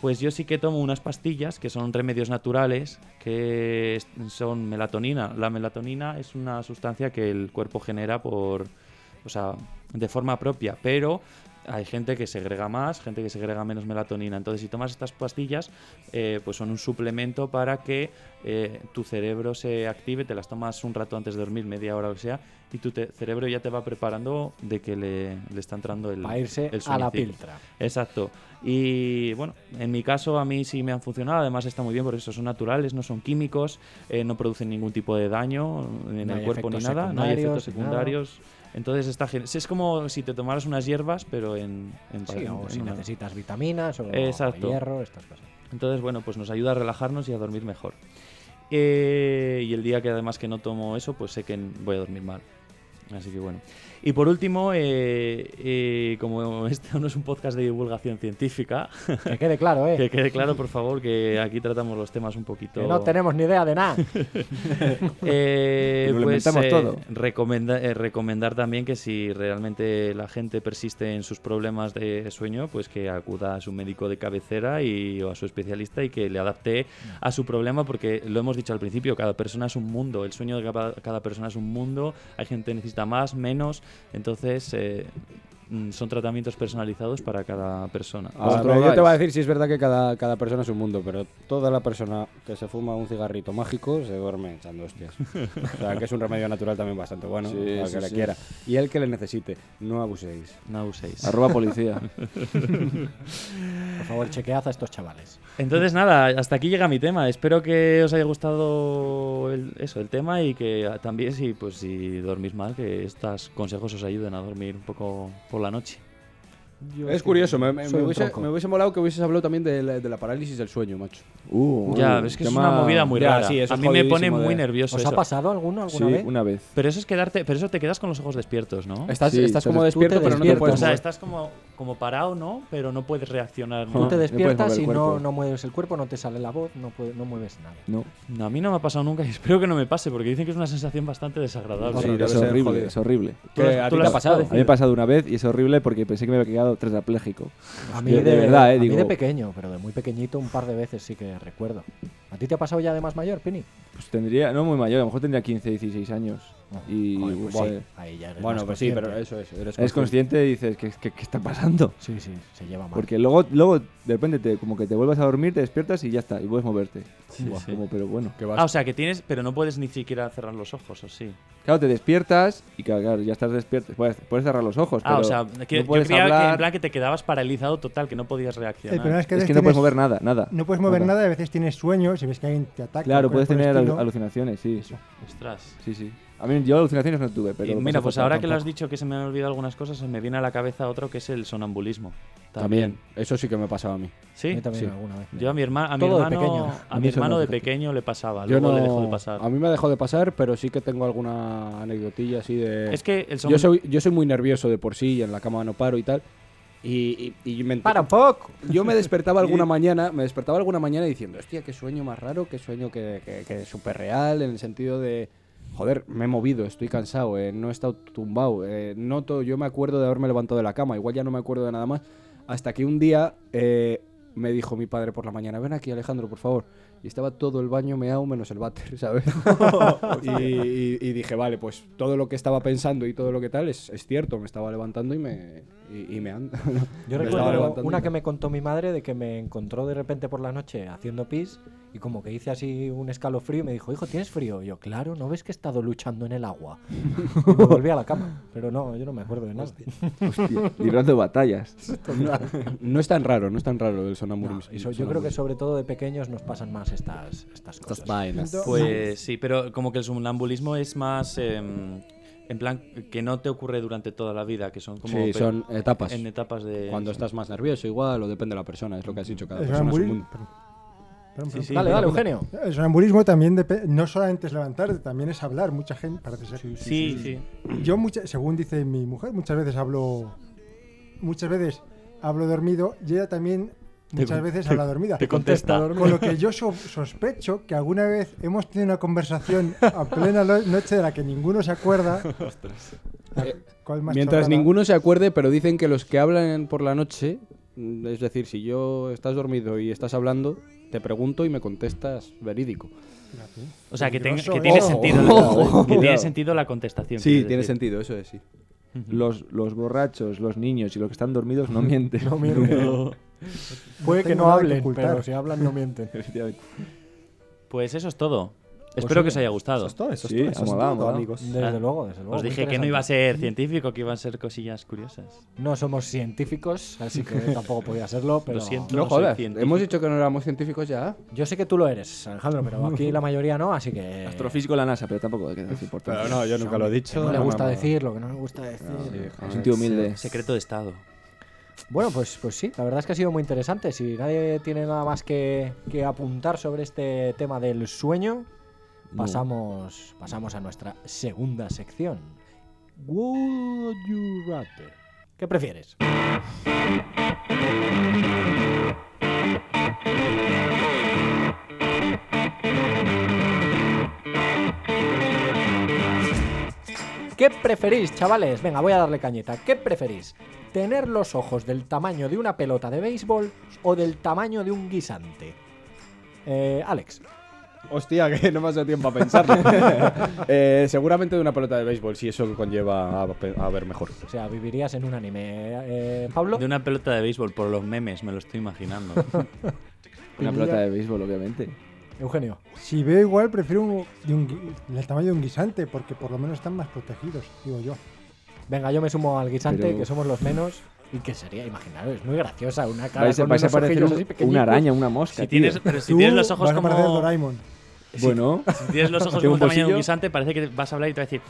pues yo sí que tomo unas pastillas que son remedios naturales, que es- son melatonina. La melatonina es una sustancia que el cuerpo genera por, o sea, de forma propia, pero hay gente que segrega más, gente que segrega menos melatonina. Entonces, si tomas estas pastillas, eh, pues son un suplemento para que eh, tu cerebro se active, te las tomas un rato antes de dormir, media hora o lo que sea, y tu te- cerebro ya te va preparando de que le, le está entrando el,
Para irse
el
a la
sueñecillo.
piltra.
Exacto. Y bueno, en mi caso a mí sí me han funcionado, además está muy bien porque esos son naturales, no son químicos, eh, no producen ningún tipo de daño en
No
el
hay
cuerpo ni
efectos
nada, no hay efectos
secundarios, ni nada.
secundarios. Entonces está gen- es como si te tomaras unas hierbas, pero en, en-
Sí, o
en
si
una-
necesitas vitaminas o
Exacto.
hierro, estas cosas.
Entonces, bueno, pues nos ayuda a relajarnos y a dormir mejor. Eh, y el día que además que no tomo eso, pues sé que n- voy a dormir mal. Así que bueno. Y por último, eh, eh, como este no es un podcast de divulgación científica,
Que quede claro, ¿eh?
Que quede claro, por favor, que aquí tratamos los temas un poquito.
Que no tenemos ni idea de nada.
Eh,
Lo
pues,
lamentamos
eh,
todo.
recomenda- eh, recomendar también que si realmente la gente persiste en sus problemas de sueño, pues que acuda a su médico de cabecera y, o a su especialista y que le adapte a su problema, porque lo hemos dicho al principio, cada persona es un mundo, el sueño de cada, cada persona es un mundo, hay gente que necesita más, menos, entonces eh, mm, son tratamientos personalizados para cada persona.
Ahora,
Os
pero Ah, yo
drogáis.
te voy a decir si es verdad que cada, cada persona es un mundo, pero toda la persona que se fuma un cigarrito mágico se duerme echando hostias. o sea, que es un remedio natural también bastante bueno,
Sí,
al que
sí,
le
sí.
quiera. Y el que le necesite, no abuséis.
No uséis.
Arroba policía.
Por favor, chequead a estos chavales.
Entonces nada, hasta aquí llega mi tema. Espero que os haya gustado el- eso, el tema y que ah, también si pues si dormís mal, que estos consejos os ayuden a dormir un poco por la noche.
es curioso, me, me-
soy
me
un
hubiese,
tronco.
me hubiese molado que hubieses hablado también de la, de la parálisis del sueño, macho.
Uh,
ya,
uh,
es que es
tema-
una movida muy
ya,
rara.
sí, eso
a
es
mí me pone
jodidísimo de-
muy nervioso
¿Os ha
eso.
pasado alguno
Sí,
alguna
¿eh?
vez?
una vez.
Pero eso es quedarte, pero eso te quedas con los ojos despiertos, ¿no?
Estás,
Sí,
estás
pero
como
tú
te
despierto, pero no te
despiertas.
puedes
o sea,
mover.
estás como, como parado, ¿no? Pero no puedes reaccionar.
Tú
¿no?
te
no puedes
despiertas
mover el
y no,
cuerpo.
no mueves el cuerpo, no te sale la voz, no, puede- no mueves nada.
No,
No, A mí no me ha pasado nunca y espero que no me pase porque dicen que es una sensación bastante desagradable.
Sí,
sí,
debe
es
ser
horrible,
jodido.
es horrible.
¿Tú lo-
Que a
tú
ti
lo
te ha
has-
pasado.
A mí me ha pasado una vez y es horrible porque pensé que me había quedado tetrapléjico.
A mí
de-
de,
de verdad, eh,
a mí
digo-
de pequeño, pero de muy pequeñito un par de veces sí que recuerdo. ¿A ti te ha pasado ya de más mayor, Pini?
Pues tendría, no muy mayor, a lo mejor tendría 15, 16 años.
Ah,
Y
Joder, pues
joder,
sí, ahí ya eres
Bueno,
más
pues sí, pero
consciente.
eso es. eres
eres consciente y dices, ¿qué, qué, qué está pasando?
Sí, sí, se lleva mal.
Porque luego, luego de repente te, como que te vuelves a dormir, te despiertas y ya está, y puedes moverte. Buah,
sí.
como, pero bueno.
Que vas-
Ah, o sea, que tienes, pero no puedes ni siquiera cerrar los ojos, ¿o sí?
Claro, te despiertas y claro, claro, ya estás despierto. Puedes, puedes cerrar los ojos,
Ah,
pero
o sea, que,
no
yo
puedes
creía que en
hablar.
plan que te quedabas paralizado total, que no podías reaccionar.
El problema es que, a
es
veces
que no
tienes-
puedes mover nada, nada.
No puedes mover nada, a veces tienes sueños, si ves que alguien te ataca.
Claro,
cosas
puedes
por el
tener alu-
estilo.
alucinaciones, sí.
Ostras.
Sí, sí. A mí yo alucinaciones no tuve, pero...
Y
lo
mira,
pasé
pues
fatal
ahora que lo has
tampoco.
dicho que se me han olvidado algunas cosas, se me viene a la cabeza otro que es el sonambulismo.
También. Eso sí que me ha pasado a mí.
A
¿Sí?
mí también
sí.
alguna vez.
Yo a mi, herma- a mi
Todo de
hermano,
pequeño.
a
A
mi
mí eso
hermano
no,
de
fíjate.
pequeño le pasaba,
Yo
luego
no-
le dejó de pasar.
A mí me ha dejado de pasar, pero sí que tengo alguna anecdotilla así de.
Es que el son-
yo, soy, yo soy muy nervioso de por sí y en la cama no paro y tal. Y, y- y me ent-
¡Para un poco!
Yo me despertaba alguna mañana, me despertaba alguna mañana diciendo, hostia, qué sueño más raro, qué sueño que, que, que súper real, en el sentido de, joder, me he movido, estoy cansado, eh, no he estado tumbado, eh, noto, yo me acuerdo de haberme levantado de la cama, igual ya no me acuerdo de nada más, hasta que un día eh, me dijo mi padre por la mañana, ven aquí Alejandro, por favor, y estaba todo el baño meado menos el váter, ¿sabes? y, y- y dije, vale, pues todo lo que estaba pensando y todo lo que tal es, es cierto, me estaba levantando y me, y, y me ando.
Yo
Me estaba
recuerdo
levantando y
una
me-
que me contó mi madre de que me encontró de repente por la noche haciendo pis y como que hice así un escalofrío y me dijo, hijo, ¿tienes frío? Y yo, claro, ¿no ves que he estado luchando en el agua? Y me volví a la cama. Pero no, yo no me acuerdo de nada.
Hostia, librando batallas.
No es tan raro, no es tan raro el
No,
sonambulismo.
y so- yo creo que sobre todo de pequeños nos pasan más estas, estas cosas.
Estas vainas.
Siento-
Pues sí, pero como que el somnambulismo es más em, en plan que no te ocurre durante toda la vida, que son como
Sí,
pe-
son etapas.
en etapas de
Cuando estás más nervioso, igual, o depende de la persona, es lo que has dicho, cada
El
persona es un
sonambulismo-
mundo.
perdón, perdón,
Sí,
perdón,
sí.
Dale,
perdón.
dale, Eugenio.
El sonambulismo también depe- no solamente es levantarte, también es hablar. Mucha gente parece ser.
Sí, sí.
Yo mucha- según dice mi mujer, muchas veces hablo muchas veces hablo dormido y ella también muchas veces habla dormida.
te contesta.
Con lo que yo so- sospecho que alguna vez hemos tenido una conversación a plena lo- noche de la que ninguno se acuerda. La
Eh,
cual más
Mientras
chorrada.
ninguno se acuerde, pero dicen que los que hablan por la noche, mm, es decir, si yo estás dormido y estás hablando, te pregunto y me contestas verídico.
O sea, que, tenga-
Peligroso,
que tiene
ojo,
sentido
Oh. ojo.
la, que tiene
Cuidado.
sentido la contestación.
Sí,
quiero
tiene
decir.
sentido, eso es, sí.
Ujú.
Los, los borrachos, los niños y los que están dormidos no mienten.
No miente.
Puede que
tengo
no
nada que
hablen,
ocultar.
pero si hablan no mienten.
Efectivamente.
Pues eso es todo. Espero que os haya gustado.
Esto, esto,
Sí, ha molado, ha molado.
amigos.
Desde luego, desde luego.
Os
muy
dije que no iba a
interesante.
ser científico, que iban a ser cosillas curiosas.
No somos científicos, así que tampoco podía serlo, pero...
siento.
No
soy
jodas,
científico.
hemos dicho que no éramos científicos ya.
Yo sé que tú lo eres, Alejandro, pero aquí la mayoría no, así que...
Astrofísico de la NASA, pero tampoco es que es importante.
yo nunca lo he
Que
dicho.
no le gusta decir lo que no le gusta decir.
es un tío humilde.
Secreto de Estado.
Bueno, pues, pues sí, la verdad es que ha sido muy interesante. Si nadie tiene nada más que, que apuntar sobre este tema del sueño, pasamos, pasamos a nuestra segunda sección. Would you rather? ¿Qué prefieres? ¿Qué preferís, chavales? Venga, voy a darle cañeta. ¿Qué preferís? ¿Tener los ojos del tamaño de una pelota de béisbol o del tamaño de un guisante? Eh, Alex.
Hostia, que no me has dado tiempo a pensarlo. Eh, seguramente de una pelota de béisbol, si eso conlleva a, pe- a ver mejor.
O sea, vivirías en un anime. Eh, Pablo.
De una pelota de béisbol, por los memes, me lo estoy imaginando.
Una pelota de béisbol, obviamente.
Eugenio.
Si veo igual, prefiero un- de un gui- el tamaño de un guisante, porque por lo menos están más protegidos, digo yo.
Venga, yo me sumo al guisante,
Pero-
que somos los menos. ¿Y que sería? Imaginaros, es muy graciosa una cara
Vais, a-
con
vais a
unos
parecer
ojillos
un-
así pequeñitos.
una araña, una mosca.
Si tienes,
tío.
pero si
Tú
tienes los ojos
vas a parecer
como.
Doraemon.
Bueno,
Si tienes los ojos como
¿Tengo un
el tamaño de un
bolsillo?
guisante, parece que vas a hablar y te va a decir.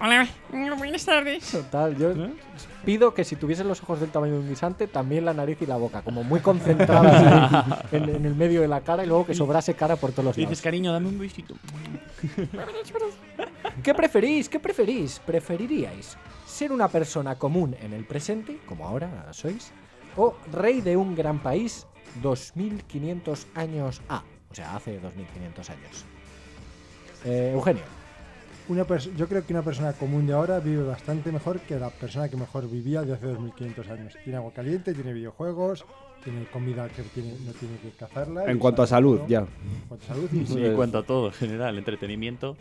Hola, buenas tardes.
Total, yo
¿Eh?
pido que si tuviesen los ojos del tamaño de un guisante, también la nariz y la boca, como muy concentradas ahí en, en el medio de la cara y luego que sobrase cara por todos los
Y dices,
lados.
cariño, dame un besito.
¿Qué preferís? ¿Qué preferís? ¿Preferiríais ser una persona común en el presente, como ahora sois, o rey de un gran país 2500 años A? O sea, hace 2500 años. Eh, Eugenio.
Una pers- yo creo que una persona común de ahora vive bastante mejor que la persona que mejor vivía de hace 2500 años. Tiene agua caliente, tiene videojuegos, tiene comida que tiene- no tiene que cazarla.
En
y
cuanto a
está
salud,
bueno.
ya.
En cuanto a salud, y
Sí, en cuanto a todo, en general, entretenimiento.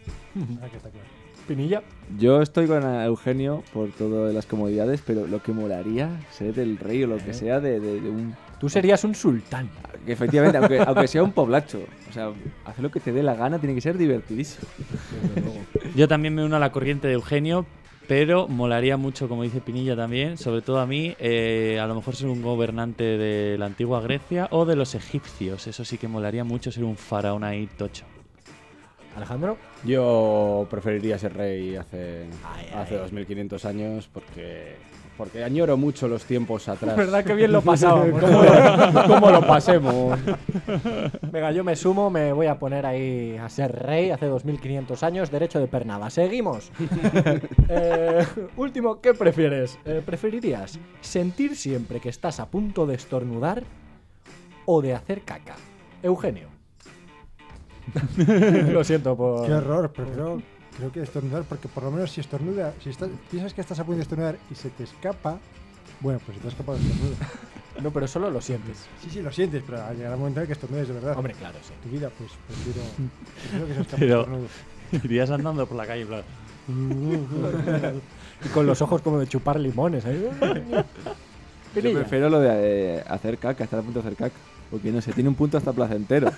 Ah, que está claro.
Pinilla.
yo estoy con Eugenio por todas las comodidades, pero lo que molaría ser el rey o lo
Eh.
que sea de, de- de un.
Tú serías un sultán.
que Efectivamente, aunque, aunque sea un poblacho. O sea, hacer lo que te dé la gana tiene que ser divertidísimo.
Yo también me uno a la corriente de Eugenio, pero molaría mucho, como dice Pinilla también, sobre todo a mí, eh, a lo mejor ser un gobernante de la antigua Grecia o de los egipcios. Eso sí que molaría mucho ser un faraón ahí tocho.
Alejandro.
Yo preferiría ser rey hace,
Ay,
hace
ay.
2500 años porque, porque añoro mucho los tiempos atrás.
verdad que bien lo pasábamos. ¿Cómo
¿Cómo, cómo lo pasemos?
Venga, yo me sumo, me voy a poner ahí a ser rey hace 2500 años, derecho de pernada. Seguimos. Eh, último, ¿qué prefieres? Eh, ¿Preferirías sentir siempre que estás a punto de estornudar o de hacer caca? Eugenio. Lo siento por...
Qué horror, pero creo, creo que estornudar, porque por lo menos si estornuda, si estás- piensas que estás a punto de estornudar y se te escapa, bueno, pues se te ha escapado el estornudo.
No, pero solo lo sientes.
Sí, sí, lo sientes, pero llegará un momento en el que estornudes de verdad.
Hombre, claro, sí.
Tu vida, pues prefiero, prefiero que se escape
Pero-
estornudo.
Irías andando por la calle, en plan,
Y con los ojos como de chupar limones. ¿eh?
Yo prefiero lo de eh, hacer caca, estar a punto de hacer caca. Porque no sé, tiene un punto hasta placentero.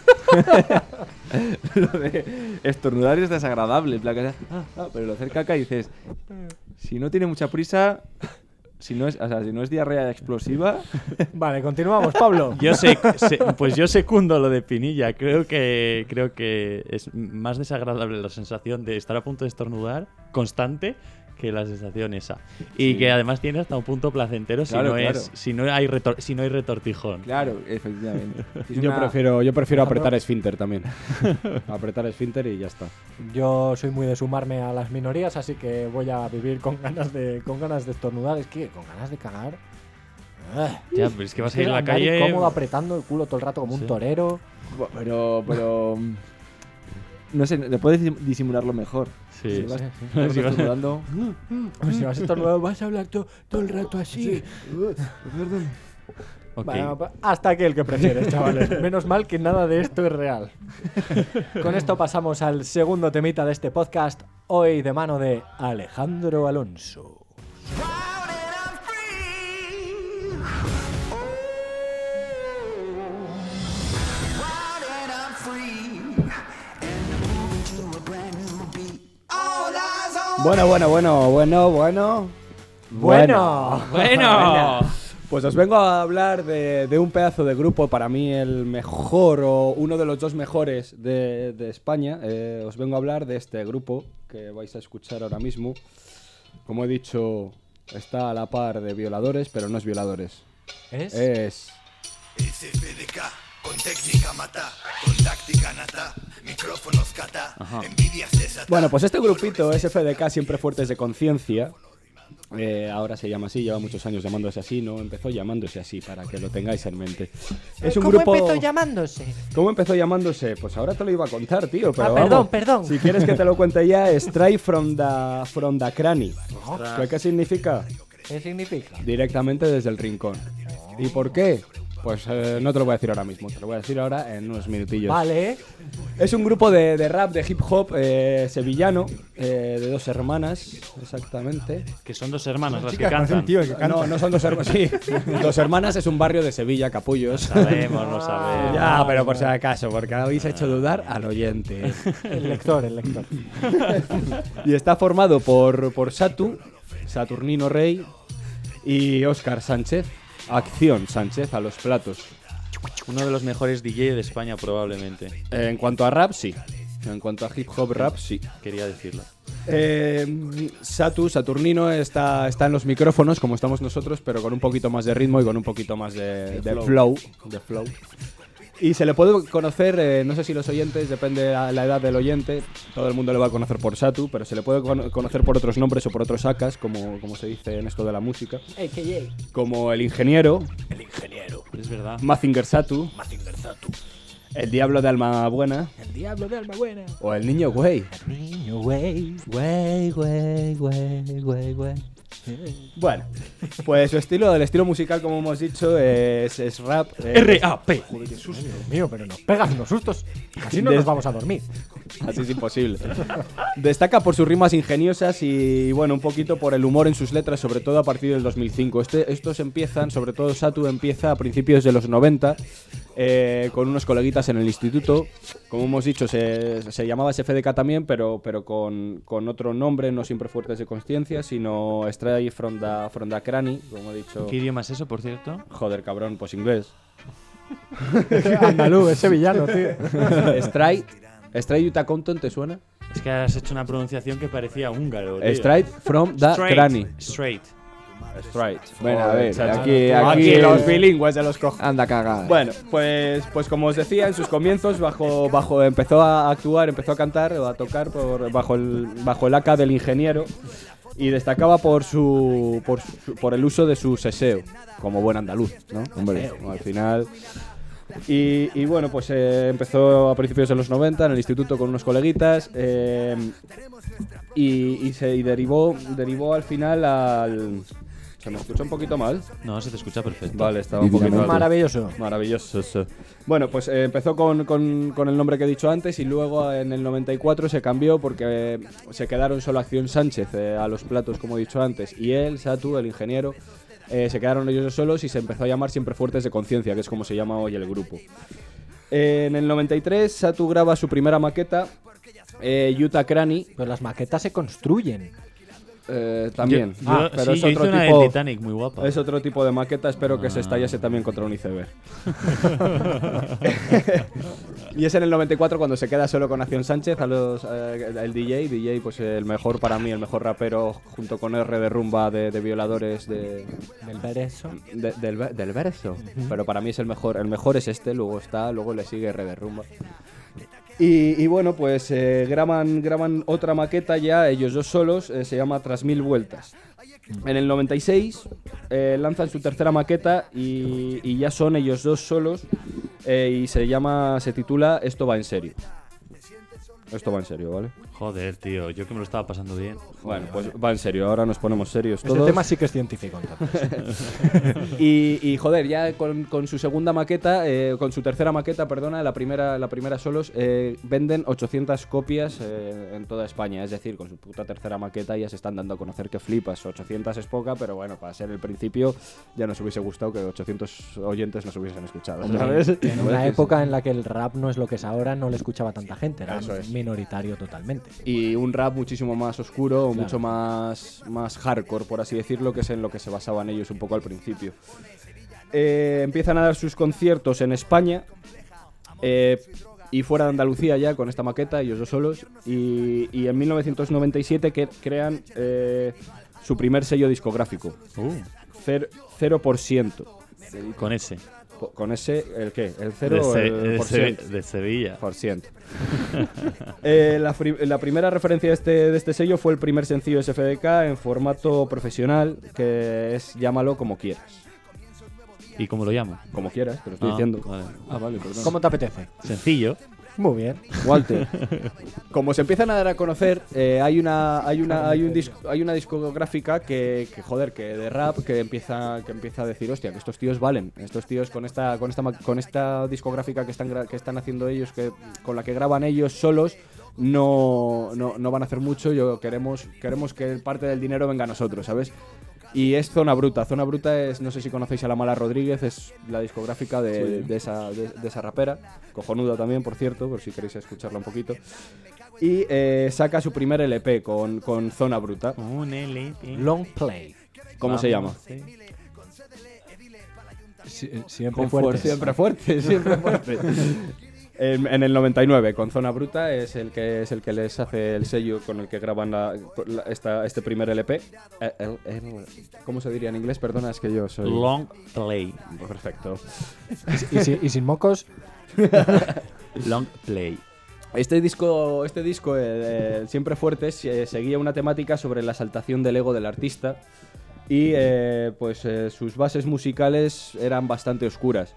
lo de estornudar es desagradable. en plan que- ah, ah, pero lo de hacer caca dices, si no tiene mucha prisa, si no es, o sea, si no es diarrea explosiva,
Vale, continuamos, Pablo.
Yo sé, sé- pues yo secundo lo de Pinilla. Creo que, creo que es más desagradable la sensación de estar a punto de estornudar constante que la sensación esa. Y que además tiene hasta un punto placentero
Claro,
si, no
claro.
es, si, no hay retor- si no hay retortijón.
claro, efectivamente. Si es
Yo
una-
prefiero, yo prefiero apretar esfínter también. apretar esfínter y ya está.
Yo soy muy de sumarme a las minorías, así que voy a vivir con ganas de, con ganas de estornudar. Es que con ganas de cagar. Ah.
Ya, pero es que vas a ir a la
andar
calle.
incómodo apretando el culo todo el rato como
Sí.
un torero.
Bu- Pero, pero. No sé, le puedes disim- disimularlo mejor.
Sí,
si vas,
sí,
vas estornudando,
Si vas a estornudar, vas a hablar to- todo el rato así.
Ok.
Bueno, pa- hasta aquí el que prefieres, chavales. Menos mal que nada de esto es real. Con esto pasamos al segundo temita de este podcast, hoy de mano de Alejandro Alonso.
Bueno, bueno, bueno, bueno, bueno.
Bueno,
Bueno,
Pues os vengo a hablar de, de un pedazo de grupo, para mí el mejor o uno de los dos mejores de, de España. Eh, os vengo a hablar de este grupo que vais a escuchar ahora mismo. Como he dicho, está a la par de violadores, pero no es violadores.
¿es?
Es...
SFDK, con técnica mata, con táctica nata, micrófonos cata, envidia cesa.
Bueno, pues este grupito SFDK, siempre fuertes de conciencia, eh, ahora se llama así, lleva muchos años llamándose así, no empezó llamándose así, para que lo tengáis en mente. Es un
¿Cómo
grupo...
empezó llamándose?
¿Cómo empezó llamándose? Pues ahora te lo iba a contar, tío. Pero
Ah,
vamos,
perdón, perdón.
Si quieres que te lo cuente ya, es Try from the, from the Cranny. ¿Qué- ¿Qué significa?
¿Qué significa?
Directamente desde el rincón. ¿Y por qué? Pues eh, no te lo voy a decir ahora mismo, te lo voy a decir ahora en unos minutillos.
Vale, ¿eh?
Es un grupo de, de rap, de hip hop eh, sevillano, eh, de dos hermanas, exactamente.
pues que son dos hermanas las que
Chicas, parece
cantan.
un tío que canta.
No, no son dos hermanas, sí. Dos hermanas es un barrio de Sevilla, capullos.
Sabemos, lo sabemos.
Ya, pero por si acaso, porque habéis hecho dudar al oyente.
el lector, el lector.
Y está formado por, por Satu, Saturnino Rey y Óscar Sánchez. Acción Sánchez a los platos.
Uno de los mejores DJ de España, probablemente.
Eh, en cuanto a rap, sí. En cuanto a hip hop rap, sí.
Quería decirlo.
Eh, Satu, Saturnino está, está en los micrófonos como estamos nosotros, pero con un poquito más de ritmo y con un poquito más de, de flow. de flow. Y se le puede conocer, eh, no sé si los oyentes, depende la, la edad del oyente, todo el mundo le va a conocer por Satu, pero se le puede cono- conocer por otros nombres o por otros acas, como, como se dice en esto de la música. Como el ingeniero,
Es verdad.
Mazinger Satu, el diablo de alma buena
El diablo de alma buena.
o el niño güey.
Niño, güey.
Güey, güey, güey, güey, güey.
Bueno, pues su estilo, el estilo musical, como hemos dicho, es, es rap. eh,
R.A.P.
Dios mío, pero nos pegas unos sustos. Así no
Des-
nos vamos a dormir.
Así es imposible. Destaca por sus rimas ingeniosas y, bueno, un poquito por el humor en sus letras, sobre todo a partir del 2005. Este- estos empiezan, sobre todo Satu empieza a principios de los 90, eh, con unos coleguitas en el instituto. Como hemos dicho, se, se llamaba SFDK también, pero, pero con, con otro nombre, no siempre fuertes de conciencia, sino Stray from the, from the Cranny, como he dicho.
¿Qué idioma es eso, por cierto?
Joder, cabrón, pues inglés.
Andaluz, es sevillano, tío.
Strike. Strike Utah Compton, ¿te suena?
Es que has hecho una pronunciación que parecía húngaro. tío.
Strike from the
Straight,
granny.
Straight.
Strike.
Bueno, a ver, aquí, aquí,
los bilingües se los cojo.
Anda a cagar.
Bueno, pues, pues como os decía, en sus comienzos bajo, bajo, empezó a actuar, empezó a cantar o a tocar por, bajo, el, bajo el AK del ingeniero y destacaba por, su, por, su- por el uso de su seseo, como buen andaluz, ¿no? Hombre, al final... Y, y bueno, pues eh, empezó a principios de los 90 en el instituto con unos coleguitas eh, y, y se y derivó, derivó al final al,
¿Se me escucha un poquito mal?
No, se te escucha perfecto.
Vale, estaba un poquito alto.
Maravilloso.
Maravilloso. eso. Bueno, pues eh, empezó con, con- con el nombre que he dicho antes y luego en el 94 se cambió porque eh, se quedaron solo Acción Sánchez eh, a los platos, como he dicho antes, y él, Satu, el ingeniero. eh, se quedaron ellos dos solos y se empezó a llamar Siempre Fuertes de Conciencia, que es como se llama hoy el grupo. Eh, en el 93, Satu graba su primera maqueta, eh, Yuta Crani,
Pero las maquetas se construyen.
eh, también.
Yo-
Ah,
yo- sí, yo hice una del Titanic muy guapa.
es otro tipo de maqueta, espero que se estallase también contra un iceberg. y es en el 94 cuando se queda solo con Acción Sánchez, a los, eh, el DJ, DJ pues el mejor para mí, el mejor rapero junto con R de rumba de, de violadores de,
Del ver eso.
de- del, ve- del verso. Pero para mí es el mejor. El mejor es este, luego está, luego le sigue R de Rumba. Y, y bueno, pues eh, graban, graban otra maqueta ya, ellos dos solos, eh, se llama Tras Mil Vueltas. En el 96 eh, lanzan su tercera maqueta y, y ya son ellos dos solos eh, y se llama, se titula Esto va en serio. Esto va en serio, ¿vale?
Joder, tío, yo que me lo estaba pasando bien.
Bueno, pues va en serio, ahora nos ponemos serios
Este
todos.
tema sí que es científico, entonces.
Y, y, joder, ya con, con su segunda maqueta, eh, con su tercera maqueta, perdona, la primera, la primera solos, eh, venden 800 copias eh, en toda España. Es decir, con su puta tercera maqueta ya se están dando a conocer que flipas. 800 es poca, pero bueno, para ser el principio ya nos hubiese gustado que 800 oyentes nos hubiesen escuchado. ¿sabes?
En una época en la que el rap no es lo que es ahora, no le escuchaba tanta gente. Era
Eso es.
minoritario totalmente.
Y un rap muchísimo más oscuro,
Claro.
mucho más, más hardcore, por así decirlo, que es en lo que se basaban ellos un poco al principio. Eh, empiezan a dar sus conciertos en España eh, y fuera de Andalucía ya con esta maqueta, ellos dos solos. Y, y en 1997 que crean eh, su primer sello discográfico,
Uh,
cer- 0%.
con ese.
Po- Con ese, ¿el qué? ¿El
De,
0 o
Se-
el
de
eh, por
Se-
ciento?
de Sevilla.
Por ciento. Eh, la, fri- la primera referencia de este, de este sello fue el primer sencillo SFDK en formato profesional, que es Llámalo como quieras.
¿Y cómo lo llamo?
Como quieras, te lo estoy
Ah,
diciendo.
vale.
Ah, vale, perdón.
¿Cómo te apetece?
Sencillo.
Muy bien.
Walter. Como se empiezan a dar a conocer, eh, hay una hay una hay un disco, hay una discográfica que, que, joder, que de rap que empieza que empieza a decir, hostia, que estos tíos valen, estos tíos con esta con esta ma- con esta discográfica que están gra- que están haciendo ellos que con la que graban ellos solos no, no, no van a hacer mucho, yo queremos queremos que parte del dinero venga a nosotros, ¿sabes? Y es Zona Bruta. Zona Bruta es, no sé si conocéis a La Mala Rodríguez, es la discográfica de, de esa, de- de esa rapera. Cojonuda también, por cierto, por si queréis escucharla un poquito. Y eh, saca su primer LP con, con Zona Bruta.
Un LP.
Long play.
¿Cómo
Ah,
se llama?
Vamos, sí.
eh, siempre
fuerte
fuertes.
Siempre fuerte, siempre fuerte. En, en el 99, con Zona Bruta, es el que es el que les hace el sello con el que graban la- con la- esta, este primer LP. Eh, el- el- ¿Cómo se diría en inglés? Perdona, es que yo soy...
Long play.
Perfecto.
Y, si- y sin mocos,
Long play.
Este disco, este disco el, el Siempre Fuertes, eh, seguía una temática sobre la exaltación del ego del artista y eh, pues eh, sus bases musicales eran bastante oscuras.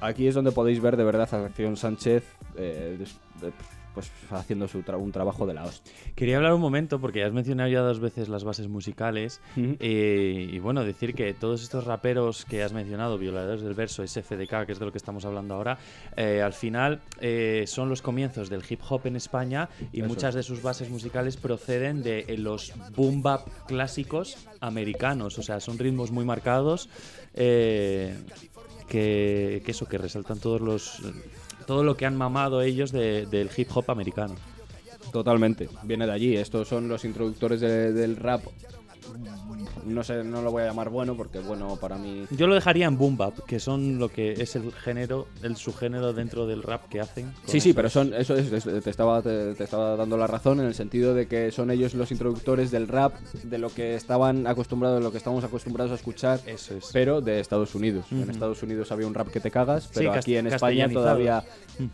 Aquí es donde podéis ver de verdad a Acción Sánchez eh, des- de- pues, haciendo su tra- un trabajo de la hostia.
Quería hablar un momento porque has mencionado ya dos veces las bases musicales eh, y bueno, decir que todos estos raperos que has mencionado, violadores del verso, SFDK, que es de lo que estamos hablando ahora, eh, al final eh, son los comienzos del hip hop en España y muchas de sus bases musicales proceden de eh, los boom bap clásicos americanos, o sea, son ritmos muy marcados eh, que, que eso, que resaltan todos los... Todo lo que han mamado ellos de- del hip hop americano.
Totalmente, viene de allí. Estos son los introductores de- del rap. No sé, no lo voy a llamar bueno porque bueno para mí
Yo lo dejaría en boom bap, que son lo que es el género, el subgénero dentro del rap que hacen. con
Sí, sí,
eso.
pero son, eso es, es- te, estaba, te, te estaba dando la razón en el sentido de que son ellos los introductores del rap, de lo que estaban acostumbrados, de lo que estamos acostumbrados a escuchar,
Eso es.
pero de Estados Unidos. En Estados Unidos había un rap que te cagas, pero
cast-
aquí en España
castellanizado.
todavía,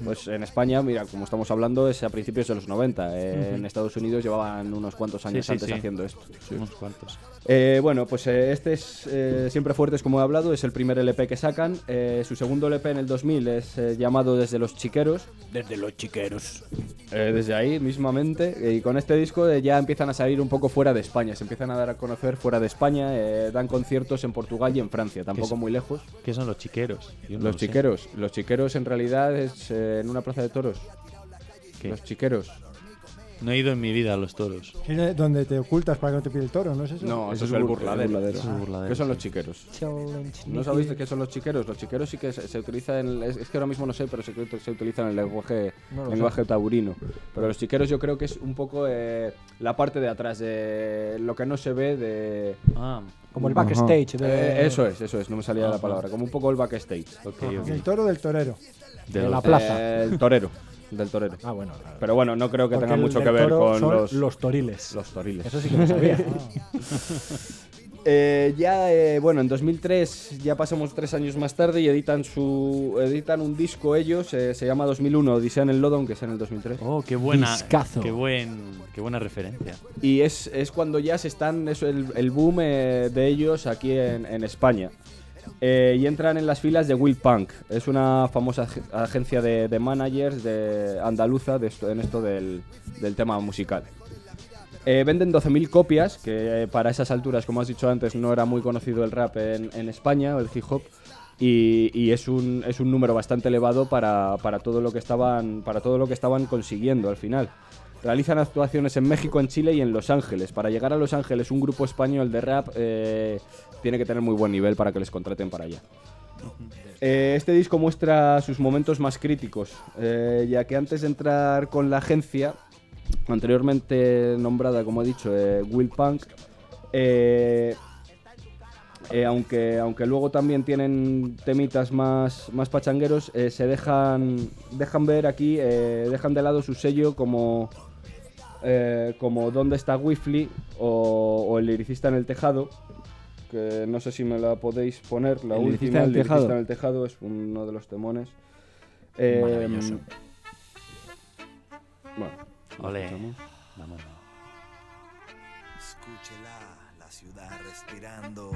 pues en España, mira, como estamos hablando, es a principios de los 90. Eh, En Estados Unidos llevaban unos cuantos años
sí,
antes
sí.
haciendo esto.
Unos cuantos.
Eh, bueno, pues eh, este es eh, Siempre Fuertes, como he hablado, es el primer LP que sacan. Eh, su segundo LP en el 2000 es eh, llamado Desde los Chiqueros. Desde los Chiqueros. desde ahí, mismamente. Y con este disco eh, ya empiezan a salir un poco fuera de España. Se empiezan a dar a conocer fuera de España. eh, dan conciertos en Portugal y en Francia, tampoco
son?
muy lejos.
¿Qué son los chiqueros? Yo no
Los
lo sé.
chiqueros. Los chiqueros en realidad es eh, en una plaza de toros.
¿Qué?
Los chiqueros.
No he ido en mi vida a los toros.
Que es donde te ocultas para que no te pille el toro, ¿no es eso?
No,
Eso
eso,
es
es el
bur-
burladero.
el burladero.
Eso es
Ah.
burladero, ¿Qué son los chiqueros? ¿No sabéis de qué son los chiqueros? Los chiqueros sí que se, se utilizan, en el- es, es que ahora mismo no sé, pero se, se utilizan en el lenguaje, lenguaje taurino. Pero los chiqueros yo creo que es un poco eh, la parte de atrás, de lo que no se ve de...
Ah,
Como el backstage de,
Eh, eso es, eso es, no me salía la palabra, como un poco el backstage.
ok,
El
ok.
toro del torero.
de la
los-
plaza.
Eh, el torero, del torero.
ah, bueno, claro.
Pero bueno, no creo que
Porque
tenga
el
mucho
del
que ver
toro
con
son
los,
los toriles.
los toriles.
Eso sí que lo sabía.
Eh, ya, eh, bueno, en 2003, ya pasamos tres años más tarde y editan su editan un disco ellos, eh, se llama 2001, Odisea en el Lodo, aunque sea en el 2003.
Oh, qué buena.
Discazo.
Qué, buen, qué buena referencia.
Y es, es cuando ya se están, es el, el boom eh, de ellos aquí en, en España. Eh, y entran en las filas de Will Punk, es una famosa ag- agencia de, de managers de andaluza de esto- en esto del, del tema musical. Eh, venden 12.000 copias, que eh, para esas alturas, como has dicho antes, no era muy conocido el rap en, en España, o el hip hop, y, y es, un, es un número bastante elevado para, para todo lo que estaban, para todo lo que estaban consiguiendo al final. Realizan actuaciones en México, en Chile y en Los Ángeles. Para llegar a Los Ángeles, un grupo español de rap eh, tiene que tener muy buen nivel para que les contraten para allá. Eh, este disco muestra sus momentos más críticos, eh, ya que antes de entrar con la agencia, anteriormente nombrada, como he dicho, eh, Will Punk, eh, eh, aunque, aunque luego también tienen temitas más, más pachangueros, eh, se dejan, dejan ver aquí, eh, dejan de lado su sello como, eh, como ¿Dónde está Wifly? o, o El liricista en el tejado, que no sé si me la podéis poner, la
El liricista
última,
en el
El liricista
tejado.
en el tejado es uno de los temones. Eh,
Maravilloso.
Bueno,
Ole.
escuchamos.
Vámonos.
Escúchela, la ciudad respirando.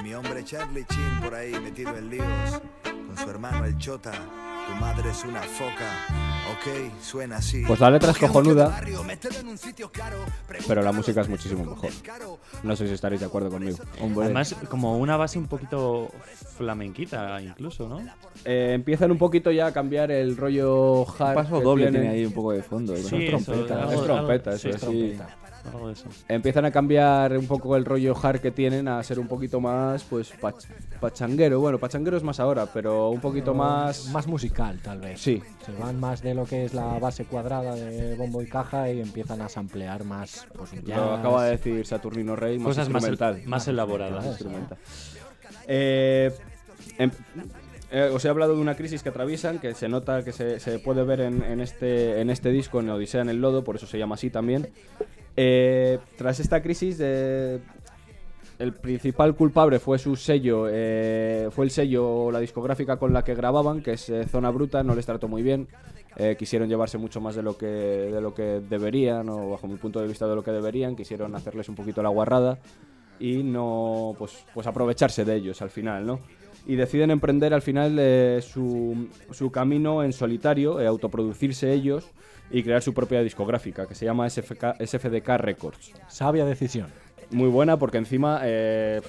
Y Mi hombre Charlie Chin por ahí metido en líos. Con su hermano el Chota. Tu madre es una foca. Ok, suena así.
Pues la letra es
Cogiéndote
cojonuda,
de barrio, mételo en un sitio caro,
pero la
pregúntale
música
a los
es muchísimo
precios con
mejor.
descaro.
no sé si estaréis de acuerdo conmigo.
Pues Además, como una base un poquito flamenquita, incluso, ¿no?
Eh, empiezan un poquito ya a cambiar el rollo hard.
Paso
que
doble tiene
tienen.
ahí un poco de fondo. ¿eh? ¿verdad?
Sí, eso, algo-
es
algo-
trompeta,
sí,
eso
es
es,
trompeta. Algo de eso.
Empiezan a cambiar un poco el rollo hard que tienen a ser un poquito más, pues, pach- pachanguero. Bueno, pachanguero es más ahora, pero un poquito más.
Más musical, tal vez.
Sí.
Se van más de lo que es la base cuadrada de bombo y caja y empiezan a samplear más. Pues un
Lo
jazz.
acaba de decir Saturnino Rey, más
Cosas más,
instrumental.
más elaboradas.
instrumental. Eh, em- eh, os he hablado de una crisis que atraviesan, que se nota que se, se puede ver en, en este, en este disco, en Odisea en el Lodo, por eso se llama así también. Eh, tras esta crisis, eh, el principal culpable fue su sello, eh, fue el sello o la discográfica con la que grababan, que es eh, Zona Bruta, no les trató muy bien. Eh, quisieron llevarse mucho más de lo que de lo que deberían o bajo mi punto de vista de lo que deberían, quisieron hacerles un poquito la guarrada y no pues, pues aprovecharse de ellos al final, ¿no? Y deciden emprender al final eh, su, su camino en solitario, eh, autoproducirse ellos y crear su propia discográfica que se llama SFK SFDK Records.
Sabia decisión.
Muy buena porque encima eh,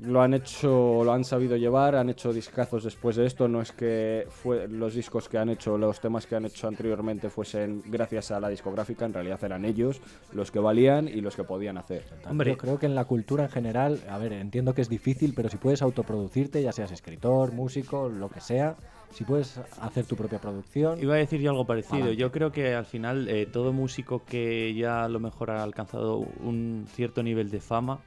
lo han hecho, lo han sabido llevar, han hecho discazos después de esto. No es que fue, los discos que han hecho, los temas que han hecho anteriormente fuesen gracias a la discográfica, en realidad eran ellos los que valían y los que podían hacer.
Hombre.
Yo creo que en la cultura en general, a ver, entiendo que es difícil, pero si puedes autoproducirte, ya seas escritor, músico, lo que sea, si puedes hacer tu propia producción,
Iba a decir yo algo parecido.
Adelante.
Yo creo que al final eh, todo músico que ya a lo mejor ha alcanzado un cierto nivel de fama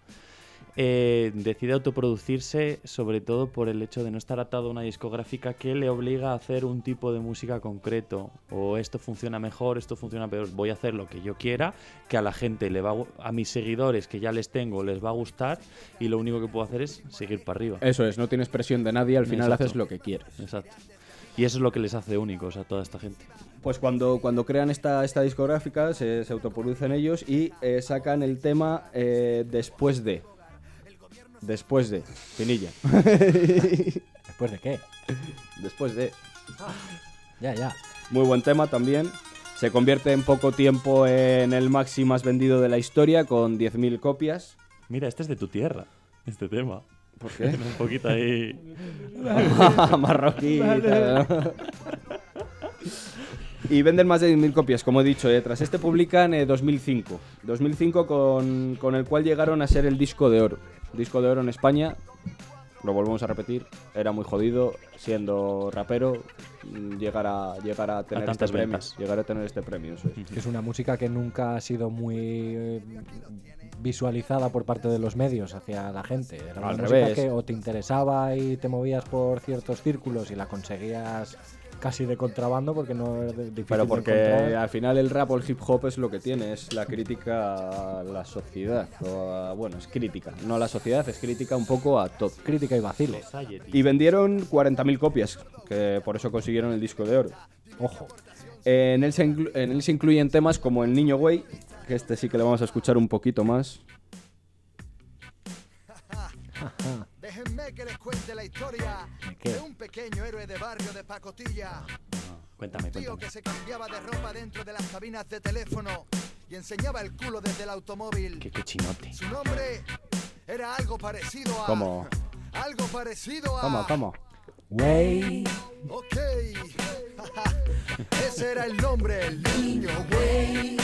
eh, decide autoproducirse sobre todo por el hecho de no estar atado a una discográfica que le obliga a hacer un tipo de música concreto. O esto funciona mejor, esto funciona peor. Voy a hacer lo que yo quiera, que a la gente le va a, gu- a mis seguidores que ya les tengo les va a gustar y
Eh.
lo único que puedo hacer es seguir para arriba.
Eso es, no tienes presión de nadie, al final
Exacto.
haces lo que quieres.
Exacto. Y eso es lo que les hace únicos a toda esta gente.
Pues cuando, cuando crean esta, esta discográfica, se, se autoproducen ellos y eh, sacan el tema eh, después de. Después de. Finilla.
¿Después de qué?
después de.
Ya, ya.
Muy buen tema también. Se convierte en poco tiempo en el maxi más vendido de la historia, con 10.000 copias.
Mira, este es de tu tierra, este tema.
¿Por qué?
Un poquito ahí.
Marroquí. y tal, ¿no? Y venden más de 10.000 copias, como he dicho. eh. Tras este publican eh, 2005. 2005 con, con el cual llegaron a ser el disco de oro. Disco de oro en España. Lo volvemos a repetir. Era muy jodido siendo rapero mm, llegar a, llegar a tener este
tantas
premio.
ventas.
Llegar a tener este premio, eso es.
Que es una música que nunca ha sido muy eh, visualizada por parte de los medios hacia la gente. Era una
Al
música
revés.
que o te interesaba y te movías por ciertos círculos y la conseguías casi de contrabando porque no era de- difícil
Pero
de
porque
encontrar.
al final el rap o el hip hop es lo que tiene, es la crítica a la sociedad. o a- bueno, es crítica, no a la sociedad, es crítica un poco a todo.
crítica y vaciles.
Y vendieron 40.000 copias, que por eso consiguieron el disco de oro.
Ojo.
En él, se inclu- en él se incluyen temas como El Niño Güey, que este sí que le vamos a escuchar un poquito más.
Déjenme que les cuente la historia
¿De qué?
de un pequeño héroe de barrio de Pacotilla.
Cuéntame,
Tío
cuéntame.
que se cambiaba de ropa dentro de las cabinas de teléfono y enseñaba el culo desde el automóvil.
Qué cochinote.
Su nombre era algo parecido a.
¿Cómo?
Algo parecido a.
Vamos, vamos.
Wey.
Ok. Ese era el nombre, el niño, güey.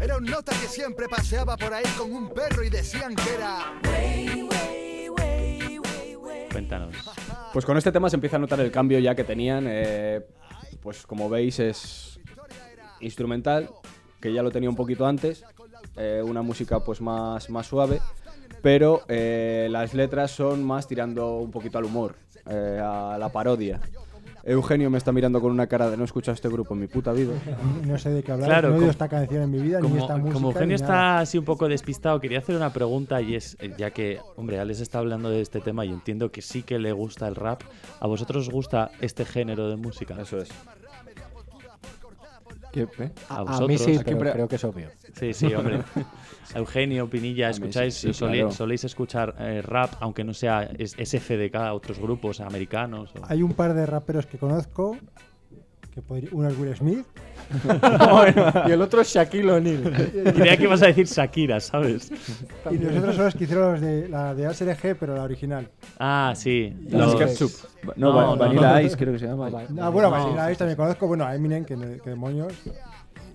Era un nota que siempre paseaba por ahí con un perro y decían que era.
Cuéntanos.
Pues con este tema se empieza a notar el cambio ya que tenían. eh, pues como veis es instrumental, que ya lo tenía un poquito antes. eh, una música pues más, más suave. Pero eh, las letras son más tirando un poquito al humor, eh, a la parodia. Eugenio me está mirando con una cara de no he escuchado este grupo en mi puta vida.
No sé de qué hablar.
Claro,
no he oído
como-
esta canción en mi vida, ni
Como,
esta música.
como Eugenio
ni nada.
está así un poco despistado, quería hacer una pregunta y es, eh, ya que, hombre, Alex está hablando de este tema y entiendo que sí que le gusta el rap. ¿A vosotros os gusta este género de música?
Eso es.
¿Qué? ¿Eh?
A
A, mí
vosotros.
sí,
¿A quién
pero
pre-
creo que es obvio.
Sí, sí, hombre. Eugenio, Pinilla,
mí sí,
escucháis,
sí,
solí-
claro.
soléis escuchar eh, rap, aunque no sea es- SFDK, otros grupos americanos. o-
Hay un par de raperos que conozco. Que podría- uno es Will Smith.
y el otro es Shaquille O'Neal.
Creía que ibas a decir Shakira, ¿sabes?
Y nosotros son los que hicieron los de, la de ASRG, pero la original.
Ah, sí.
Los
los-
Ketchup.
No,
No,
va-
no,
Vanilla
no.
Ice creo que se llama.
Ah, bueno, Vanilla Ice también conozco. Bueno, a Eminem, que, me- que demonios.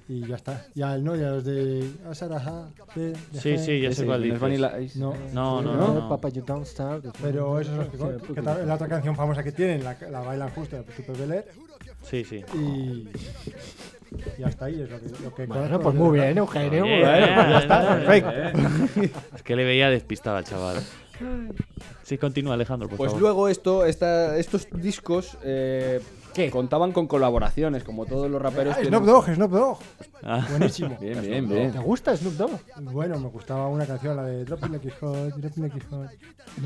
Y ya está. Y al no, y a los de ASRG. de- de
Sí,
G.
sí, ya
Ese,
sé cuál
no es
dices.
Vanilla Ice.
No.
No, no,
¿No?
no. no.
Papa, you don't stop.
Pero eso es los que, conozco, que tal- la otra canción famosa que tienen, la, la bailan justo, la Príncipe Beler.
Sí, sí.
Y. Y hasta ahí es lo que, lo que
Bueno,
conozco.
pues muy bien,
Eh,
Eugenio. pues muy bien.
ya está, eh, Es que le veía despistado al chaval. Sí, continúa, Alejandro, por
Pues
favor.
luego esto, esta- estos discos eh, contaban con colaboraciones, como todos los raperos.
Ah,
tienen-
Snoop Dogg, Snoop Dogg.
Ah.
Buenísimo.
Bien, bien, bien.
¿Te gusta Snoop Dogg?
Bueno, me gustaba una canción, la de Dropping the Hot, Dropping the Hot.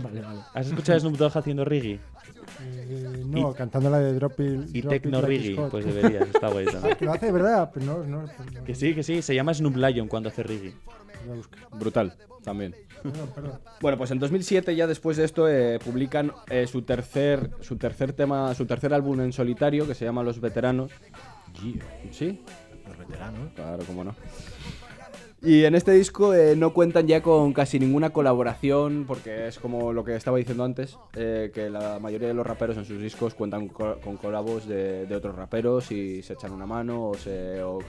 Vale, vale.
¿Has escuchado a Snoop Dogg haciendo reggae?
Eh, no, cantando la de Dropping.
Y
Drop It
techno
Like It's
reggae.
Hot.
Pues deberías, está guay también.
Que lo hace de verdad, pero no, no, pues no,
Que sí, que sí, se llama Snoop Lion cuando hace reggae.
voy a buscar.
Brutal, también.
Perdón, perdón.
Bueno, pues en 2007 ya después de esto eh, publican eh, su tercer su tercer tema, su tercer álbum en solitario que se llama Los Veteranos. ¿Sí? Los Veteranos. Claro, cómo no. Y en este disco eh, no cuentan ya con casi ninguna colaboración, porque es como lo que estaba diciendo antes, eh, que la mayoría de los raperos en sus discos cuentan co- con colabos de, de otros raperos y se echan una mano o, se- o-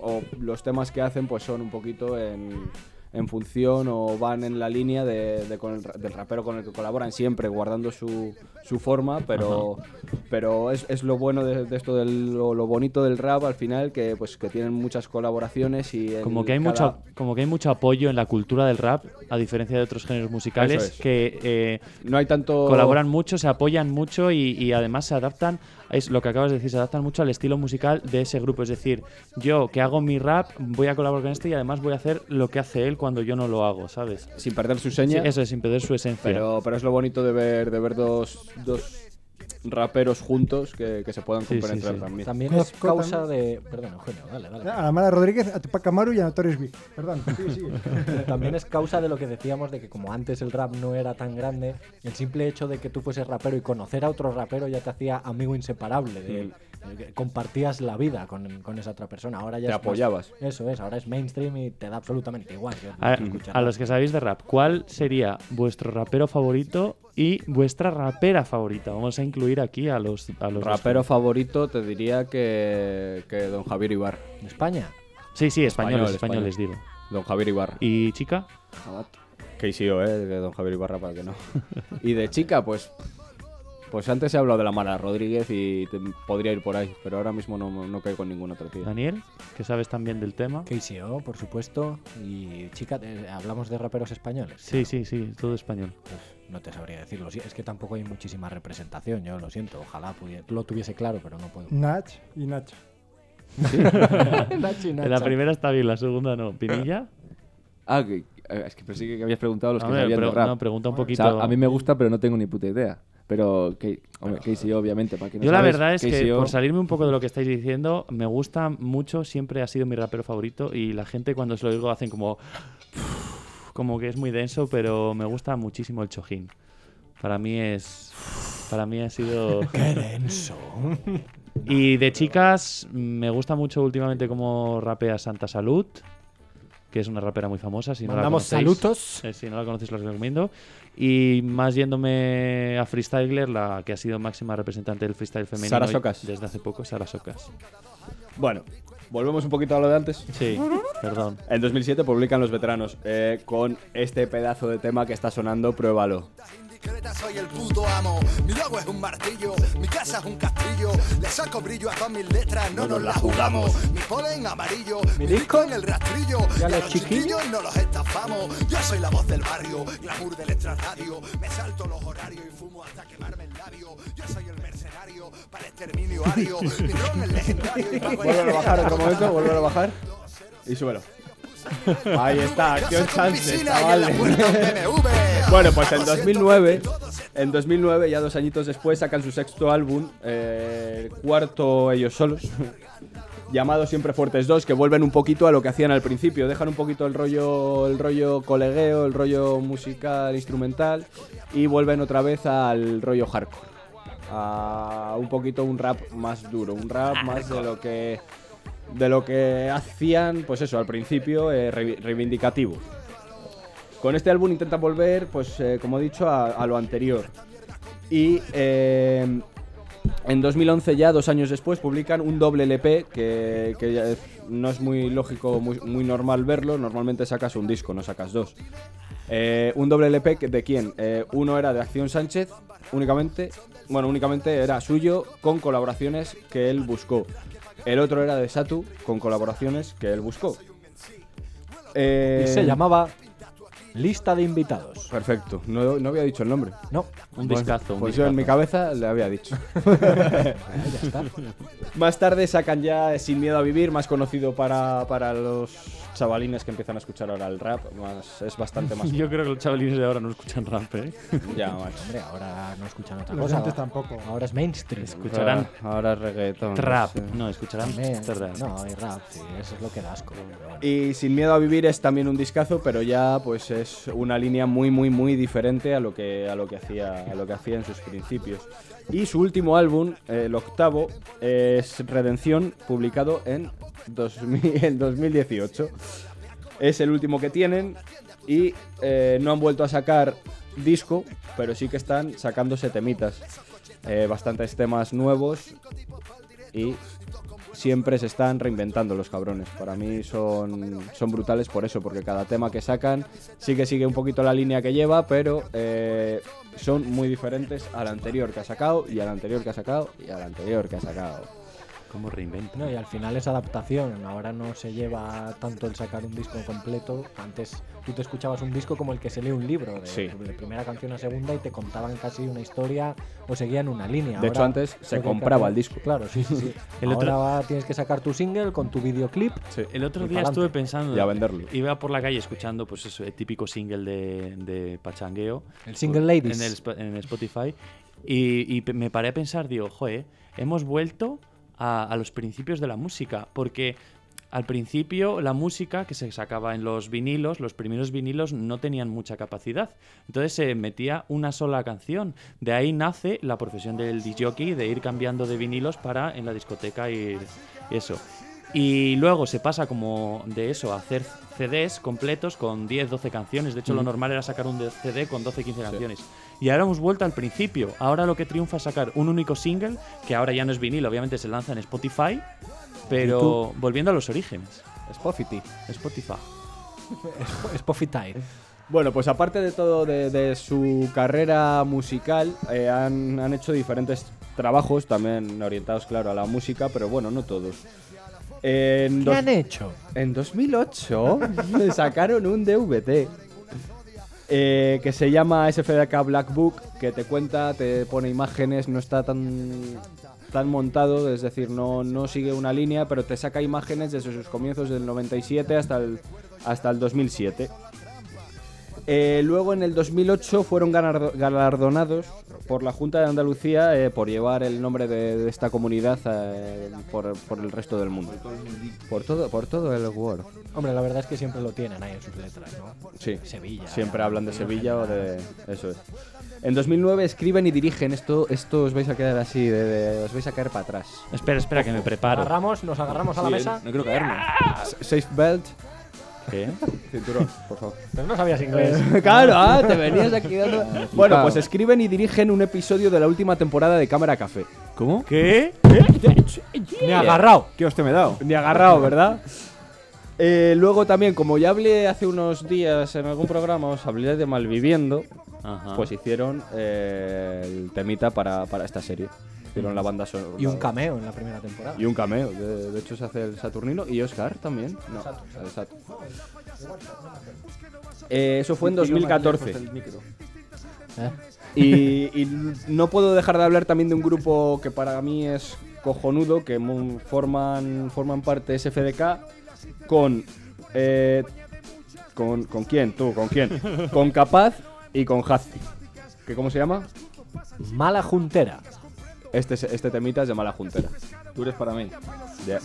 o los temas que hacen pues son un poquito en, en función o van en la línea de, de con el ra- del rapero con el que colaboran siempre, guardando su, su forma, pero, pero es, es lo bueno de, de esto, del- lo, lo bonito del rap al final, que pues que tienen muchas colaboraciones y... en
Como que, hay
cada-
mucho, como que hay mucho apoyo en la cultura del rap, a diferencia de otros géneros musicales,
Eso es.
que eh,
No hay tanto.
colaboran mucho, se apoyan mucho y, y además se adaptan, es lo que acabas de decir, se adaptan mucho al estilo musical de ese grupo. Es decir, yo que hago mi rap, voy a colaborar con este y además voy a hacer lo que hace él cuando yo no lo hago, ¿sabes?
Sin perder su
Sí,
seña.
eso es, sin perder su esencia.
pero, pero es lo bonito de ver, de ver dos, dos raperos juntos que, que se puedan
Sí, sí,
compenetrar
sí.
también.
También
Con-
es
con-
causa de. Perdón, Eugenio, dale, dale.
A la Mara Rodríguez, a Tupac Amaru y a Notorious B. Perdón, sí, sí.
También es causa de lo que decíamos de que como antes el rap no era tan grande, el simple hecho de que tú fueses rapero y conocer a otro rapero ya te hacía amigo inseparable de él. Eh, Compartías la vida con, con esa otra persona. Ahora ya
Te
es más-
apoyabas.
eso es, ahora es mainstream y te da absolutamente igual. que
A,
escuchar
a
rap.
los que sabéis de rap, ¿cuál sería vuestro rapero favorito y vuestra rapera favorita? Vamos a incluir aquí a los, a los dos.
Rapero favorito te diría que, que Don Javier Ibar.
¿En España?
Sí, sí, españoles,
Español,
españoles, digo.
Don Javier Ibarra.
¿Y chica?
Que sí, o, eh, de Don Javier Ibarra para que no. y de chica, pues. Pues antes he hablado de la Mara Rodríguez y te- podría ir por ahí, pero ahora mismo no, no caigo con ningún otro tío.
Daniel, que sabes también del tema.
KCO, por supuesto. Y chica, eh, hablamos de raperos españoles.
Sí, sí, sí, todo español.
No te sabría decirlo. sí, Es que tampoco hay muchísima representación, yo lo siento. Ojalá pudie- lo tuviese claro, pero no puedo.
Nach y Nacho.
Nacho y
La
Nacha.
primera está bien, la segunda no. ¿Pinilla?
Ah, que- eh, es que pensé que habías preguntado a los
A
que
ver,
sabían de
pre-
rap.
no, pregunta un
O
poquito.
sea, a mí me gusta, pero no tengo ni puta idea. Pero, que, hombre, KCO, obviamente, para que no
Yo la
sabes,
verdad es que,
KCO
por salirme un poco de lo que estáis diciendo, me gusta mucho, siempre ha sido mi rapero favorito y la gente cuando se lo digo hacen como... Como que es muy denso, pero me gusta muchísimo el Chojín. Para mí es... Para mí ha sido...
Qué denso.
Y de chicas, me gusta mucho últimamente cómo rapea Santa Salud, que es una rapera muy famosa. Si no la
Mandamos
conocéis-
saludos.
eh, si no la conocéis, os la recomiendo. Y más yéndome a Freestyler, la que ha sido máxima representante del freestyle femenino
Sara Socas.
desde hace poco, Sara Socas.
Bueno, volvemos un poquito a lo de antes.
Sí, perdón.
En 2007 publican Los Veteranos eh, con este pedazo de tema que está sonando, pruébalo.
Indiscreta soy el puto amo. Mi logo es un martillo, mi casa es un castillo. Le saco brillo a todas mis letras, no, nos la jugamos. Mi polen amarillo, mi disco en el rastrillo. Y a los chiquillos no los estafamos. Yo soy la voz del barrio, glamour del extrarradio. Me salto los horarios y fumo hasta quemarme el labio. Yo soy el mercenario para el exterminio ario. Mi ron es legendario y pago el
Vuelve a bajar otro momento, vuelve a bajar. Y súbelo. Ahí está, acción chance, chavales. Bueno, pues en 2009, en 2009, ya dos añitos después, sacan su sexto álbum, eh, el cuarto ellos solos, llamado Siempre Fuertes 2, que vuelven un poquito a lo que hacían al principio, dejan un poquito el rollo, el rollo colegueo, el rollo musical, instrumental, y vuelven otra vez al rollo hardcore, a un poquito un rap más duro, un rap más de lo que de lo que hacían, pues eso, al principio, eh, re- reivindicativo. Con este álbum intenta volver, pues eh, como he dicho, a, a lo anterior. Y eh, en 2011, ya dos años después, publican un doble LP que, que ya es- no es muy lógico, muy, muy normal verlo. Normalmente sacas un disco, no sacas dos. Eh, un doble LP que- de quién? Eh, uno era de Acción Sánchez, únicamente. Bueno, únicamente era suyo con colaboraciones que él buscó. El otro era de Satu con colaboraciones que él buscó. Eh,
Y se llamaba Lista de Invitados.
Perfecto, no, no había dicho el nombre.
No,
Un discazo. un
Pues yo en mi
discazo.
cabeza le había dicho.
ya está.
Más tarde sacan ya Sin Miedo a Vivir, más conocido para, para los chavalines que empiezan a escuchar ahora el rap. Más, es bastante más.
Yo creo que los chavalines de ahora no escuchan rap, ¿eh?
ya, macho.
Hombre, ahora no escuchan otra
Los de
cosa.
antes tampoco.
Ahora es mainstream.
Escucharán
Ahora, ahora reggaetón.
trap.
no sé.
No, escucharán
Eh,
trap.
No, hay rap, sí, eso es lo que da asco. pero bueno.
Y Sin Miedo a Vivir es también un discazo, pero ya pues es una línea muy muy muy diferente a lo que a lo que hacía a lo que hacía en sus principios. Y su último álbum, eh, el octavo, es Redención, publicado en 2000 en 2018. Es el último que tienen y eh, no han vuelto a sacar disco, pero sí que están sacándose temitas, Eh, bastantes temas nuevos y siempre se están reinventando los cabrones. Para mí son, son brutales por eso, porque cada tema que sacan sí que sigue un poquito la línea que lleva, pero eh, son muy diferentes al anterior que ha sacado y al anterior que ha sacado y al anterior que ha sacado.
¿Cómo reinventa?
No, y al final es adaptación. Ahora no se lleva tanto el sacar un disco completo. Antes tú te escuchabas un disco como el que se lee un libro, de,
Sí.
de primera canción a segunda, y te contaban casi una historia o seguían una línea.
De hecho, antes se
lo que hay que
compraba
hacer-
el disco.
Claro, sí, sí. sí.
El otro-
Ahora va- tienes que sacar tu single con tu videoclip.
El otro
Y
día
pa'lante.
estuve pensando.
Y a venderlo.
Iba por la calle escuchando, pues eso, el típico single de, de Pachangueo.
El single Ladies.
En, el Sp- en el Spotify. Y, y pe- me paré a pensar, digo, joe, hemos vuelto a, a los principios de la música, porque al principio la música que se sacaba en los vinilos, los primeros vinilos no tenían mucha capacidad, entonces se metía una sola canción. De ahí nace la profesión del disc jockey, de ir cambiando de vinilos para en la discoteca ir y eso. Y luego se pasa como de eso a hacer CDs completos con 10, 12 canciones. De hecho, lo normal era sacar un de- CD con 12, 15 canciones. Y ahora hemos vuelto al principio. Ahora lo que triunfa es sacar un único single, que ahora ya no es vinilo, obviamente se lanza en Spotify. Pero volviendo a los orígenes.
Spotify.
Spotify.
Spotify.
Bueno, pues aparte de todo de, de su carrera musical, eh, han, han hecho diferentes trabajos, también orientados, claro, a la música, pero bueno, no todos. En
¿Qué
dos-
han hecho?
En 2008 le sacaron un DVD eh, que se llama SFDK Black Book, que te cuenta, te pone imágenes, no está tan, tan montado, es decir, no, no sigue una línea, pero te saca imágenes desde sus comienzos del 97 hasta el, hasta el 2007. Eh, luego en el 2008 fueron galardo- galardonados por la Junta de Andalucía eh, por llevar el nombre de, de esta comunidad eh, por, por el resto del mundo. Por todo, por todo el world.
Hombre, la verdad es que siempre lo tienen ahí en sus letras, ¿no?
Sí.
Sevilla.
Siempre hablan de Sevilla o de. Eso es. En 2009 escriben y dirigen. Esto, esto os vais a quedar así, de, de- os vais a caer para atrás.
Espera, espera, que me preparo.
Agarramos, nos agarramos a la
Sí,
mesa.
No quiero caerme.
Safe Belt.
¿Qué?
Cinturón, por favor.
Pero no sabías inglés.
claro, ah, te venías aquí dando. Bueno, pues escriben y dirigen un episodio de la última temporada de Cámara Café.
¿Cómo?
¿Qué?
Me ha agarrado.
¿Qué hostia me he dado?
Ni agarrado, ¿verdad? Eh, luego también, como ya hablé hace unos días en algún programa, os hablé de Malviviendo.
Ajá.
Pues hicieron eh, el temita para, para esta serie. Hicieron la banda sonora.
Y un cameo en la primera temporada.
Y un cameo. De, de hecho, se hace el Saturnino y Oscar también. No, el Sat- Eh, eso fue en 2014.
¿Eh?
Y, y no puedo dejar de hablar también de un grupo que para mí es cojonudo, que mu- forman, forman parte SFDK con, eh, con... ¿Con quién? ¿Tú? ¿Con quién? Con Capaz y con Hazti. ¿Que ¿Cómo se llama?
Mala juntera.
Este, es- este temita es de mala juntera.
Tú eres para mí.
Ya.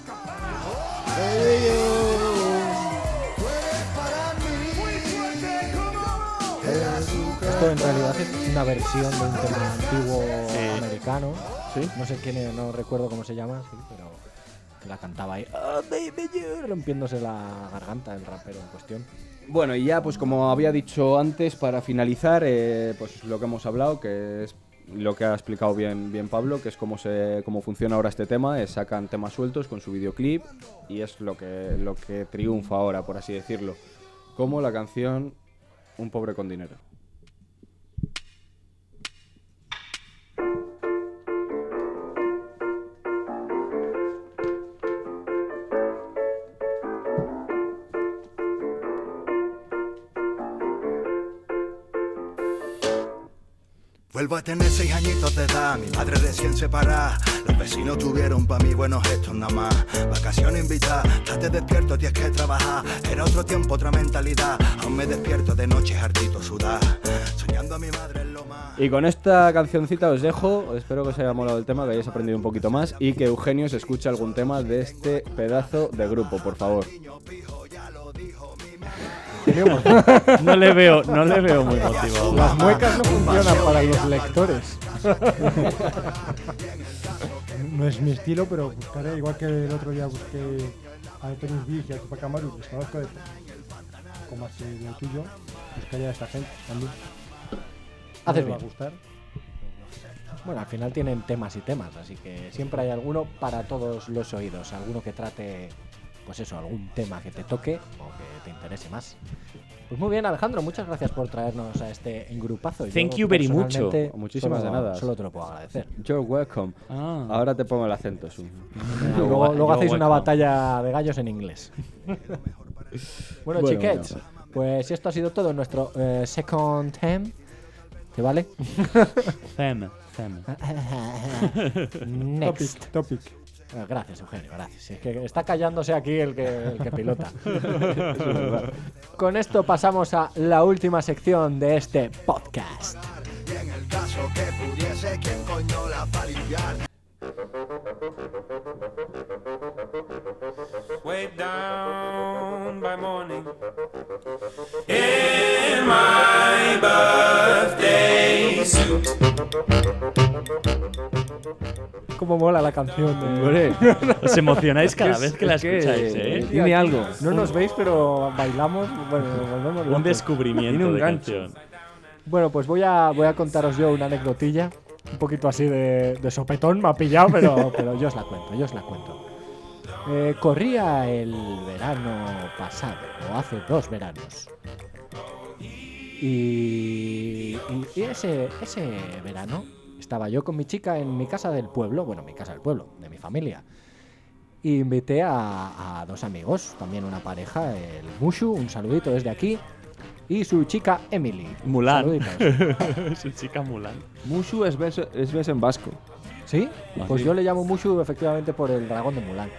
Esto en realidad es una versión de un tema antiguo americano.
Sí.
No sé quién, es, no recuerdo cómo se llama, sí, pero que la cantaba ahí. "Ah, baby, you", rompiéndose la garganta el rapero en cuestión.
Bueno, y ya, pues como había dicho antes, para finalizar, eh, pues lo que hemos hablado, que es lo que ha explicado bien, bien Pablo, que es cómo, se, cómo funciona ahora este tema, es sacan temas sueltos con su videoclip y es lo que, lo que triunfa ahora, por así decirlo. Como la canción Un pobre con dinero.
Vuelvo a tener seis añitos de edad, mi madre recién separada. Los vecinos tuvieron pa' mí buenos gestos nada más. Vacaciones invitadas, estate despierto, tienes que trabajar. Era otro tiempo, otra mentalidad. Aún me despierto de noche, hartito sudar. Soñando a mi madre en lo más.
Y con esta cancioncita os dejo, espero que os haya molado el tema, que hayáis aprendido un poquito más y que Eugenio se escuche algún tema de este pedazo de grupo, por favor.
No le veo, no le veo muy motivado.
Las muecas no funcionan para los lectores.
No es mi estilo, pero buscaré, igual que el otro día busqué a Anthony Big y a Tupac Amaru, los conozco de como así de tuyo, buscaré a esta gente también. No
Haces
les va a
bien.
gustar.
Bueno, al final tienen temas y temas, así que siempre hay alguno para todos los oídos, alguno que trate, pues eso, algún tema que te toque o que te interese más. Pues muy bien, Alejandro, muchas gracias por traernos a este engrupazo. Yo
Thank you very much.
pues, personalmente
Muchísimas
solo-
de nada.
Solo te lo puedo agradecer.
You're welcome.
Ah.
Ahora te pongo el acento, Su.
luego luego
yo
hacéis una
welcome.
batalla de gallos en inglés. bueno,
Bueno,
chiquets, pues esto ha sido todo en nuestro eh, second time. ¿Te vale?
Fem, fem.
Next.
Topic, topic.
Ah, Gracias, Eugenio, gracias. Es que está callándose aquí el que, el que pilota. Con esto pasamos a la última sección de este podcast.
Y en el caso pienso que pudiese, ¿quién coño la va a limpiar?
way down by morning. In my birthday suit.
Cómo mola la canción. de-
Os emocionáis cada
Es-
vez que la
es que-
escucháis, ¿eh?
Tiene algo. No nos veis, pero bailamos. Bueno, nos volvemos
Un
locos.
descubrimiento de canción.
Bueno, pues voy a, voy a contaros yo una anecdotilla. Un poquito así de, de sopetón, me ha pillado, pero, pero yo os la cuento, yo os la cuento. Eh, corría el verano pasado, o hace dos veranos. Y, y- y ese, ese verano estaba yo con mi chica en mi casa del pueblo, bueno, mi casa del pueblo, de mi familia. Y invité a, a dos amigos, también una pareja, el Mushu, un saludito desde aquí, y su chica Emily.
Mulan.
Saluditos.
Su chica Mulan.
Mushu es beso, es beso en vasco.
¿Sí?
Ah,
Pues
sí.
yo le llamo Mushu efectivamente por el dragón de Mulan.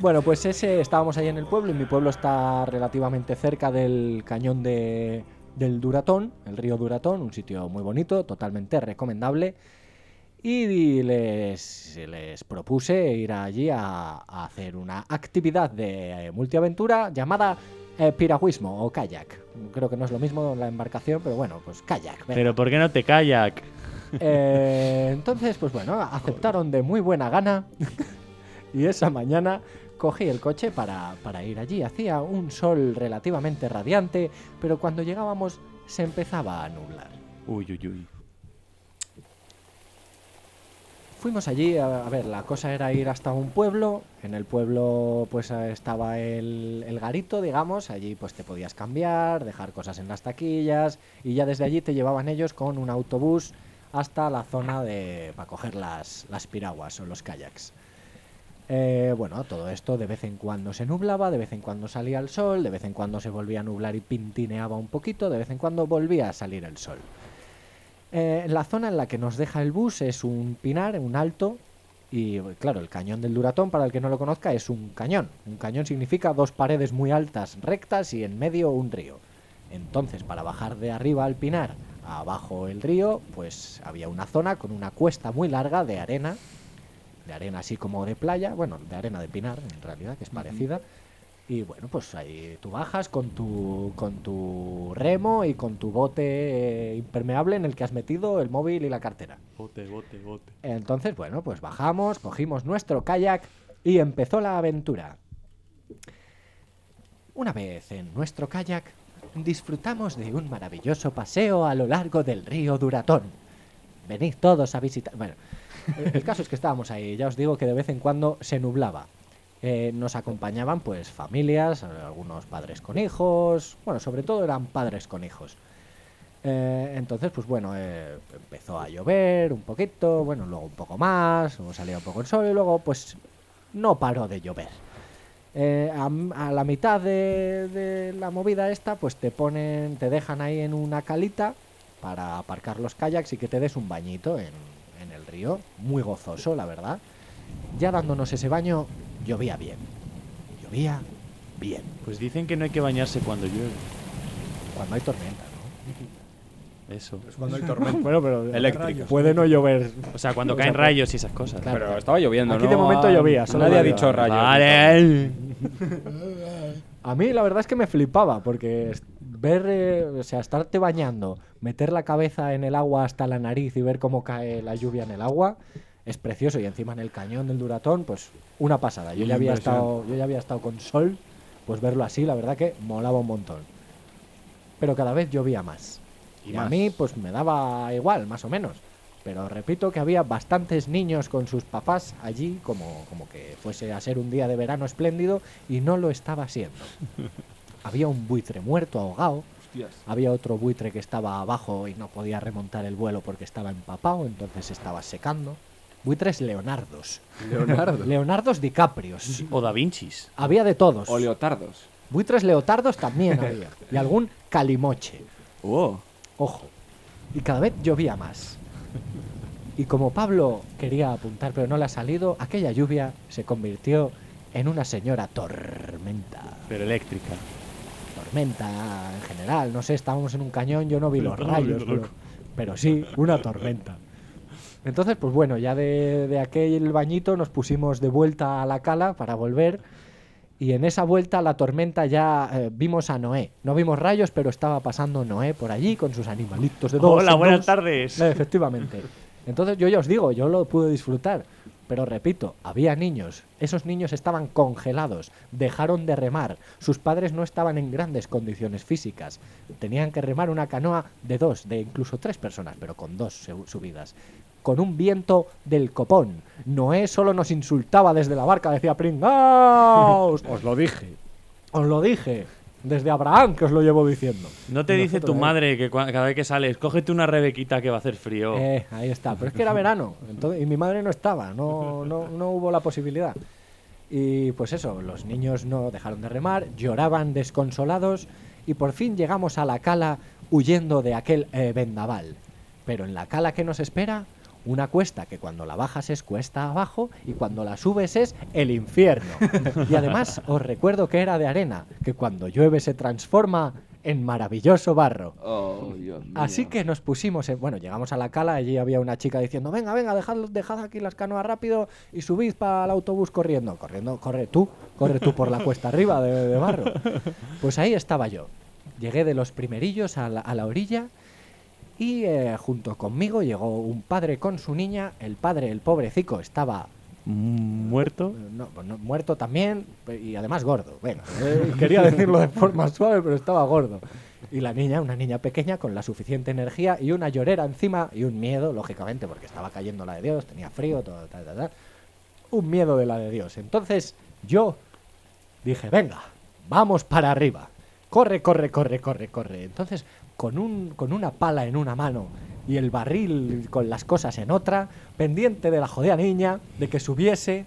bueno, pues ese estábamos ahí en el pueblo y mi pueblo está relativamente cerca del cañón de, del Duratón, el río Duratón, un sitio muy bonito, totalmente recomendable. Y les, les propuse ir allí a, a hacer una actividad de eh, multiaventura llamada eh, piragüismo o kayak. Creo que no es lo mismo la embarcación, pero bueno, pues kayak. venga.
Pero ¿por qué no te kayak?
Eh, entonces, pues bueno, aceptaron de muy buena gana. y esa mañana cogí el coche para, para ir allí. Hacía un sol relativamente radiante, pero cuando llegábamos se empezaba a nublar.
Uy, uy, uy.
Fuimos allí, a, a ver, la cosa era ir hasta un pueblo. En el pueblo pues eh, estaba el, el garito, digamos. Allí pues te podías cambiar, dejar cosas en las taquillas. Y ya desde allí te llevaban ellos con un autobús hasta la zona de para coger las, las piraguas o los kayaks. Eh, bueno, todo esto de vez en cuando se nublaba, de vez en cuando salía el sol, de vez en cuando se volvía a nublar y pintineaba un poquito, de vez en cuando volvía a salir el sol. Eh, la zona en la que nos deja el bus es un pinar, un alto, y claro, el cañón del Duratón, para el que no lo conozca, es un cañón. Un cañón significa dos paredes muy altas, rectas, y en medio un río. Entonces, para bajar de arriba al pinar a abajo el río, pues había una zona con una cuesta muy larga de arena, de arena así como de playa, bueno, de arena de pinar en realidad, que es parecida. Y bueno, pues ahí tú bajas con tu, con tu remo y con tu bote eh, impermeable en el que has metido el móvil y la cartera.
Bote, bote, bote.
Entonces, bueno, pues bajamos, cogimos nuestro kayak y empezó la aventura. Una vez en nuestro kayak, disfrutamos de un maravilloso paseo a lo largo del río Duratón. Venid todos a visitar... Bueno, eh, el caso es que estábamos ahí, ya os digo que de vez en cuando se nublaba. Eh, nos acompañaban pues familias, algunos padres con hijos, bueno, sobre todo eran padres con hijos. Eh, entonces, pues bueno, eh, empezó a llover un poquito, bueno, luego un poco más, luego salía un poco el sol y luego, pues, no paró de llover. Eh, a, m- a la mitad de, de la movida esta, pues te ponen, te dejan ahí en una calita para aparcar los kayaks y que te des un bañito en, en el río, muy gozoso, la verdad. Ya dándonos ese baño, llovía bien. Llovía bien,
Pues dicen que no hay que bañarse cuando llueve.
cuando hay tormenta, ¿no?
Eso.
Cuando hay tormenta.
Bueno, pero
Eléctrica.
puede no llover
O sea, cuando caen rayos y esas cosas.
pues Claro.
Pero estaba lloviendo,
Aquí
¿no?
de momento
Ah,
llovía, solo
Nadie ha
llovía.
dicho rayos.
Vale.
A mí la verdad es que me flipaba porque es- ver, eh, o sea, estarte bañando, meter la cabeza en el agua hasta la nariz y ver cómo cae la lluvia en el agua es precioso y encima en el cañón del Duratón, pues una pasada. Yo ya había estado, yo ya había estado con sol, pues verlo así, la verdad que molaba un montón. Pero cada vez llovía más. Y, a mí pues me daba igual, más o menos. Pero repito que había bastantes niños con sus papás allí como, como que fuese a ser un día de verano espléndido y no lo estaba siendo. había un buitre muerto ahogado, había otro buitre que estaba abajo y no podía remontar el vuelo porque estaba empapado, entonces se estaba secando. Buitres leonardos. Leonardos. leonardos dicaprios.
O Da Vinci's.
Había de todos.
O leotardos.
Buitres leotardos también había. Y algún calimoche.
Oh.
Ojo. Y cada vez llovía más. Y como Pablo quería apuntar pero no le ha salido, aquella lluvia se convirtió en una señora tormenta.
Pero eléctrica.
Tormenta en general, no sé, estábamos en un cañón, yo no vi los
Estábamos
rayos,
viendo
pero,
loco.
pero sí, una tormenta. Entonces, pues bueno, ya de, de aquel bañito nos pusimos de vuelta a la cala para volver. Y en esa vuelta a la tormenta ya eh, vimos a Noé. No vimos rayos, pero estaba pasando Noé por allí con sus animalitos de dos.
Hola,
en
buenas
dos.
tardes.
Eh, efectivamente. Entonces yo ya os digo, yo lo pude disfrutar. Pero repito, había niños. Esos niños estaban congelados, dejaron de remar. Sus padres no estaban en grandes condiciones físicas. Tenían que remar una canoa de dos, de incluso tres personas, pero con dos se- subidas. Con un viento del copón. Noé solo nos insultaba desde la barca, decía pringaos. Os lo dije. Os lo dije. Desde Abraham que os lo llevo diciendo.
No te dice tu
Nosotros, eh,
madre que cua- cada vez que sales, cógete una rebequita que va a hacer frío.
eh, ahí está. Pero es que era verano entonces, y mi madre no estaba, no, no, no hubo la posibilidad. Y pues eso, los niños no dejaron de remar, lloraban desconsolados y por fin llegamos a la cala huyendo de aquel eh, vendaval. Pero en la cala que nos espera, una cuesta que cuando la bajas es cuesta abajo y cuando la subes es el infierno. Y además os recuerdo que era de arena, que cuando llueve se transforma en maravilloso barro.
Oh, Dios mío.
Así que nos pusimos, en- bueno, llegamos a la cala, allí había una chica diciendo, venga, venga, dejad, dejad aquí las canoas rápido y subid para el autobús corriendo, corriendo, corre tú, corre tú por la cuesta arriba de, de barro. Pues ahí estaba yo. Llegué de los primerillos a la, a la orilla y eh, junto conmigo llegó un padre con su niña, el padre, el pobrecico, estaba
¿Muerto?
no, pues no, muerto también pe- y además gordo. Venga, eh, quería decirlo de forma suave, pero estaba gordo. Y la niña, una niña pequeña con la suficiente energía y una llorera encima y un miedo, lógicamente, porque estaba cayendo la de Dios, tenía frío, todo, tal, tal, tal. Un miedo de la de Dios. Entonces yo dije, venga, vamos para arriba. Corre, corre, corre, corre, corre. Entonces, con, un, con una pala en una mano y el barril con las cosas en otra, pendiente de la jodida niña, de que subiese,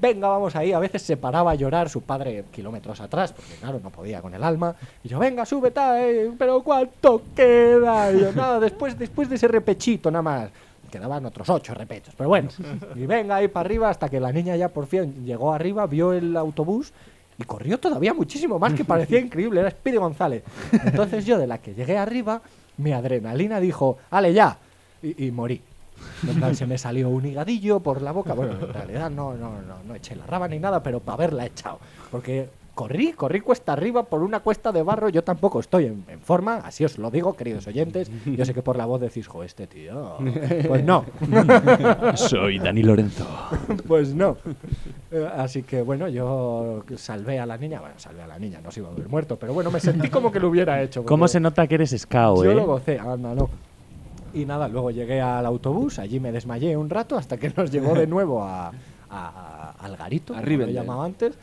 venga, vamos ahí. A veces se paraba a llorar su padre kilómetros atrás, porque claro, no podía con el alma. Y yo, venga, sube, tal, eh, pero ¿cuánto queda? Y yo, nada, después, después de ese repechito nada más. Quedaban otros ocho repechos, pero bueno. Y venga ahí para arriba hasta que la niña ya por fin llegó arriba, vio el autobús y corrió todavía muchísimo más que parecía increíble, era Speedy González. Entonces yo de la que llegué arriba, mi adrenalina dijo, ale ya, y, y morí. En plan, Se me salió un higadillo por la boca. Bueno, en realidad no, no, no, no eché la raba ni nada, pero para haberla echado. Porque corrí, corrí cuesta arriba por una cuesta de barro. Yo tampoco estoy en, en forma, así os lo digo, queridos oyentes. Yo sé que por la voz decís, jo, este tío. Pues no.
Soy Dani Lorenzo.
Pues no. Eh, Así que bueno, yo salvé a la niña. Bueno, salvé a la niña, no se iba a haber muerto, pero bueno, me sentí como que lo hubiera hecho. porque-
¿Cómo se nota que eres scout,
yo
eh?
lo gocé, anda, no. Y nada, luego llegué al autobús, allí me desmayé un rato hasta que nos llevó de nuevo a, a- al garito,
A
como lo
Rivendell.
llamaba antes,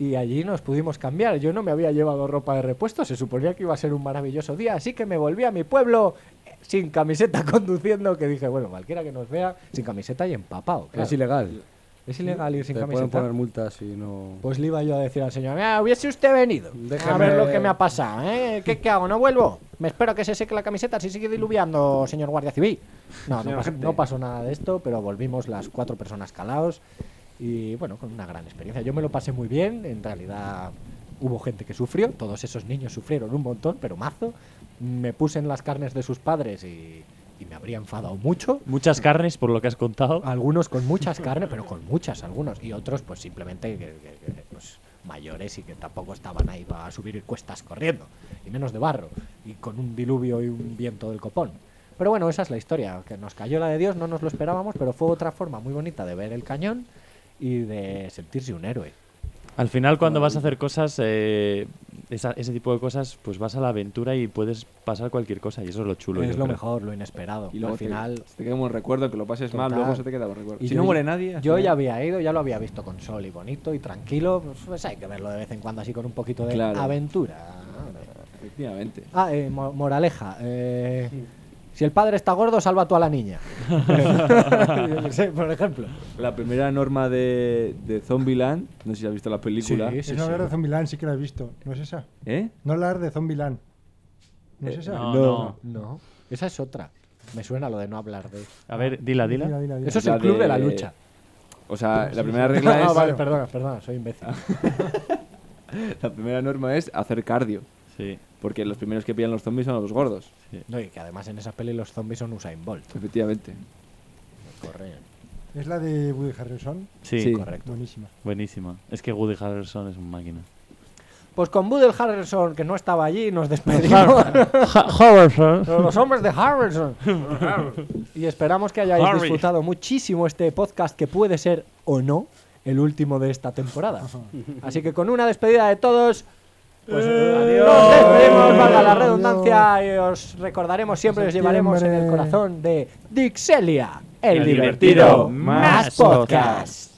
y allí nos pudimos cambiar. Yo no me había llevado ropa de repuesto, se suponía que iba a ser un maravilloso día, así que me volví a mi pueblo eh, sin camiseta conduciendo, que dije, bueno, cualquiera que nos vea, sin camiseta y empapado. claro.
Es ilegal.
Es ilegal ir sin
Te
camiseta.
pueden poner multas y no.
Pues le iba yo a decir al señor, "Mira, hubiese usted venido a
Déjeme-
ver lo que me ha pasado, ¿eh? ¿Qué, qué hago? ¿No vuelvo? Me espero que se seque la camiseta si sigue diluviando, señor Guardia Civil. No, no,
Señor
pasó,
agente.
no pasó nada de esto, pero volvimos las cuatro personas calados y, bueno, con una gran experiencia. Yo me lo pasé muy bien, en realidad hubo gente que sufrió, todos esos niños sufrieron un montón, pero mazo. Me puse en las carnes de sus padres y, y me habría enfadado mucho.
Muchas carnes, por lo que has contado.
Algunos con muchas carnes, pero con muchas, algunos. Y otros, pues simplemente que- que- que, pues, mayores y que tampoco estaban ahí para subir cuestas corriendo, y menos de barro, y con un diluvio y un viento del copón. Pero bueno, esa es la historia, que nos cayó la de Dios, no nos lo esperábamos, pero fue otra forma muy bonita de ver el cañón y de sentirse un héroe.
Al final, cuando vas a hacer cosas, eh, esa- ese tipo de cosas, pues vas a la aventura y puedes pasar cualquier cosa, y eso es lo chulo.
es
yo
lo
creo.
mejor, lo inesperado.
Y luego
Al final...
Te, se te queda un recuerdo, que lo pases mal,
Total.
luego se te queda un recuerdo.
Y
Si
yo
no
ya-
muere nadie. al
Yo ya
final-
había ido, ya lo había visto con sol y bonito y tranquilo. pues, Pues hay que verlo de vez en cuando así con un poquito de
Claro.
aventura.
Efectivamente.
Ah, eh, mo- moraleja. eh, Si el padre está gordo, salva tú a la niña. Yo qué sé, por ejemplo.
La primera norma de, de Zombieland, no sé si has visto la película.
Sí, sí,
Es una hablar de Zombieland, sí que la he visto. ¿No es esa?
¿Eh?
No hablar de Zombieland. ¿No es esa?
No, no.
Eh, No, esa es otra. Me suena lo de no hablar de.
A ver, dila, dila.
Dila, dila, dila.
Eso es
La
el club de la
de-
lucha.
O sea, la primera regla es.
Ah, vale, perdona, perdona, soy imbécil.
La primera norma es hacer cardio.
Sí.
Porque los primeros que pillan los zombies son los gordos.
No, y que además en esas pelis los zombies son Usain Bolt.
Efectivamente.
Correcto.
Es la de Woody Harrelson.
Sí,
Sí.
Correcto.
Buenísima.
buenísima. Es que Woody Harrelson es un máquina.
Pues con Woody Harrelson, que no estaba allí, nos despedimos.
Harrelson.
Los hombres de Harrelson. y esperamos que hayáis
Harry.
disfrutado muchísimo este podcast que puede ser o no el último de esta temporada. Así que con una despedida de todos, pues nos despedimos, valga la redundancia, y os recordaremos siempre, os llevaremos en el
Septiembre.
corazón de Dixelia, el,
El
divertido
divertido
más
más
podcast.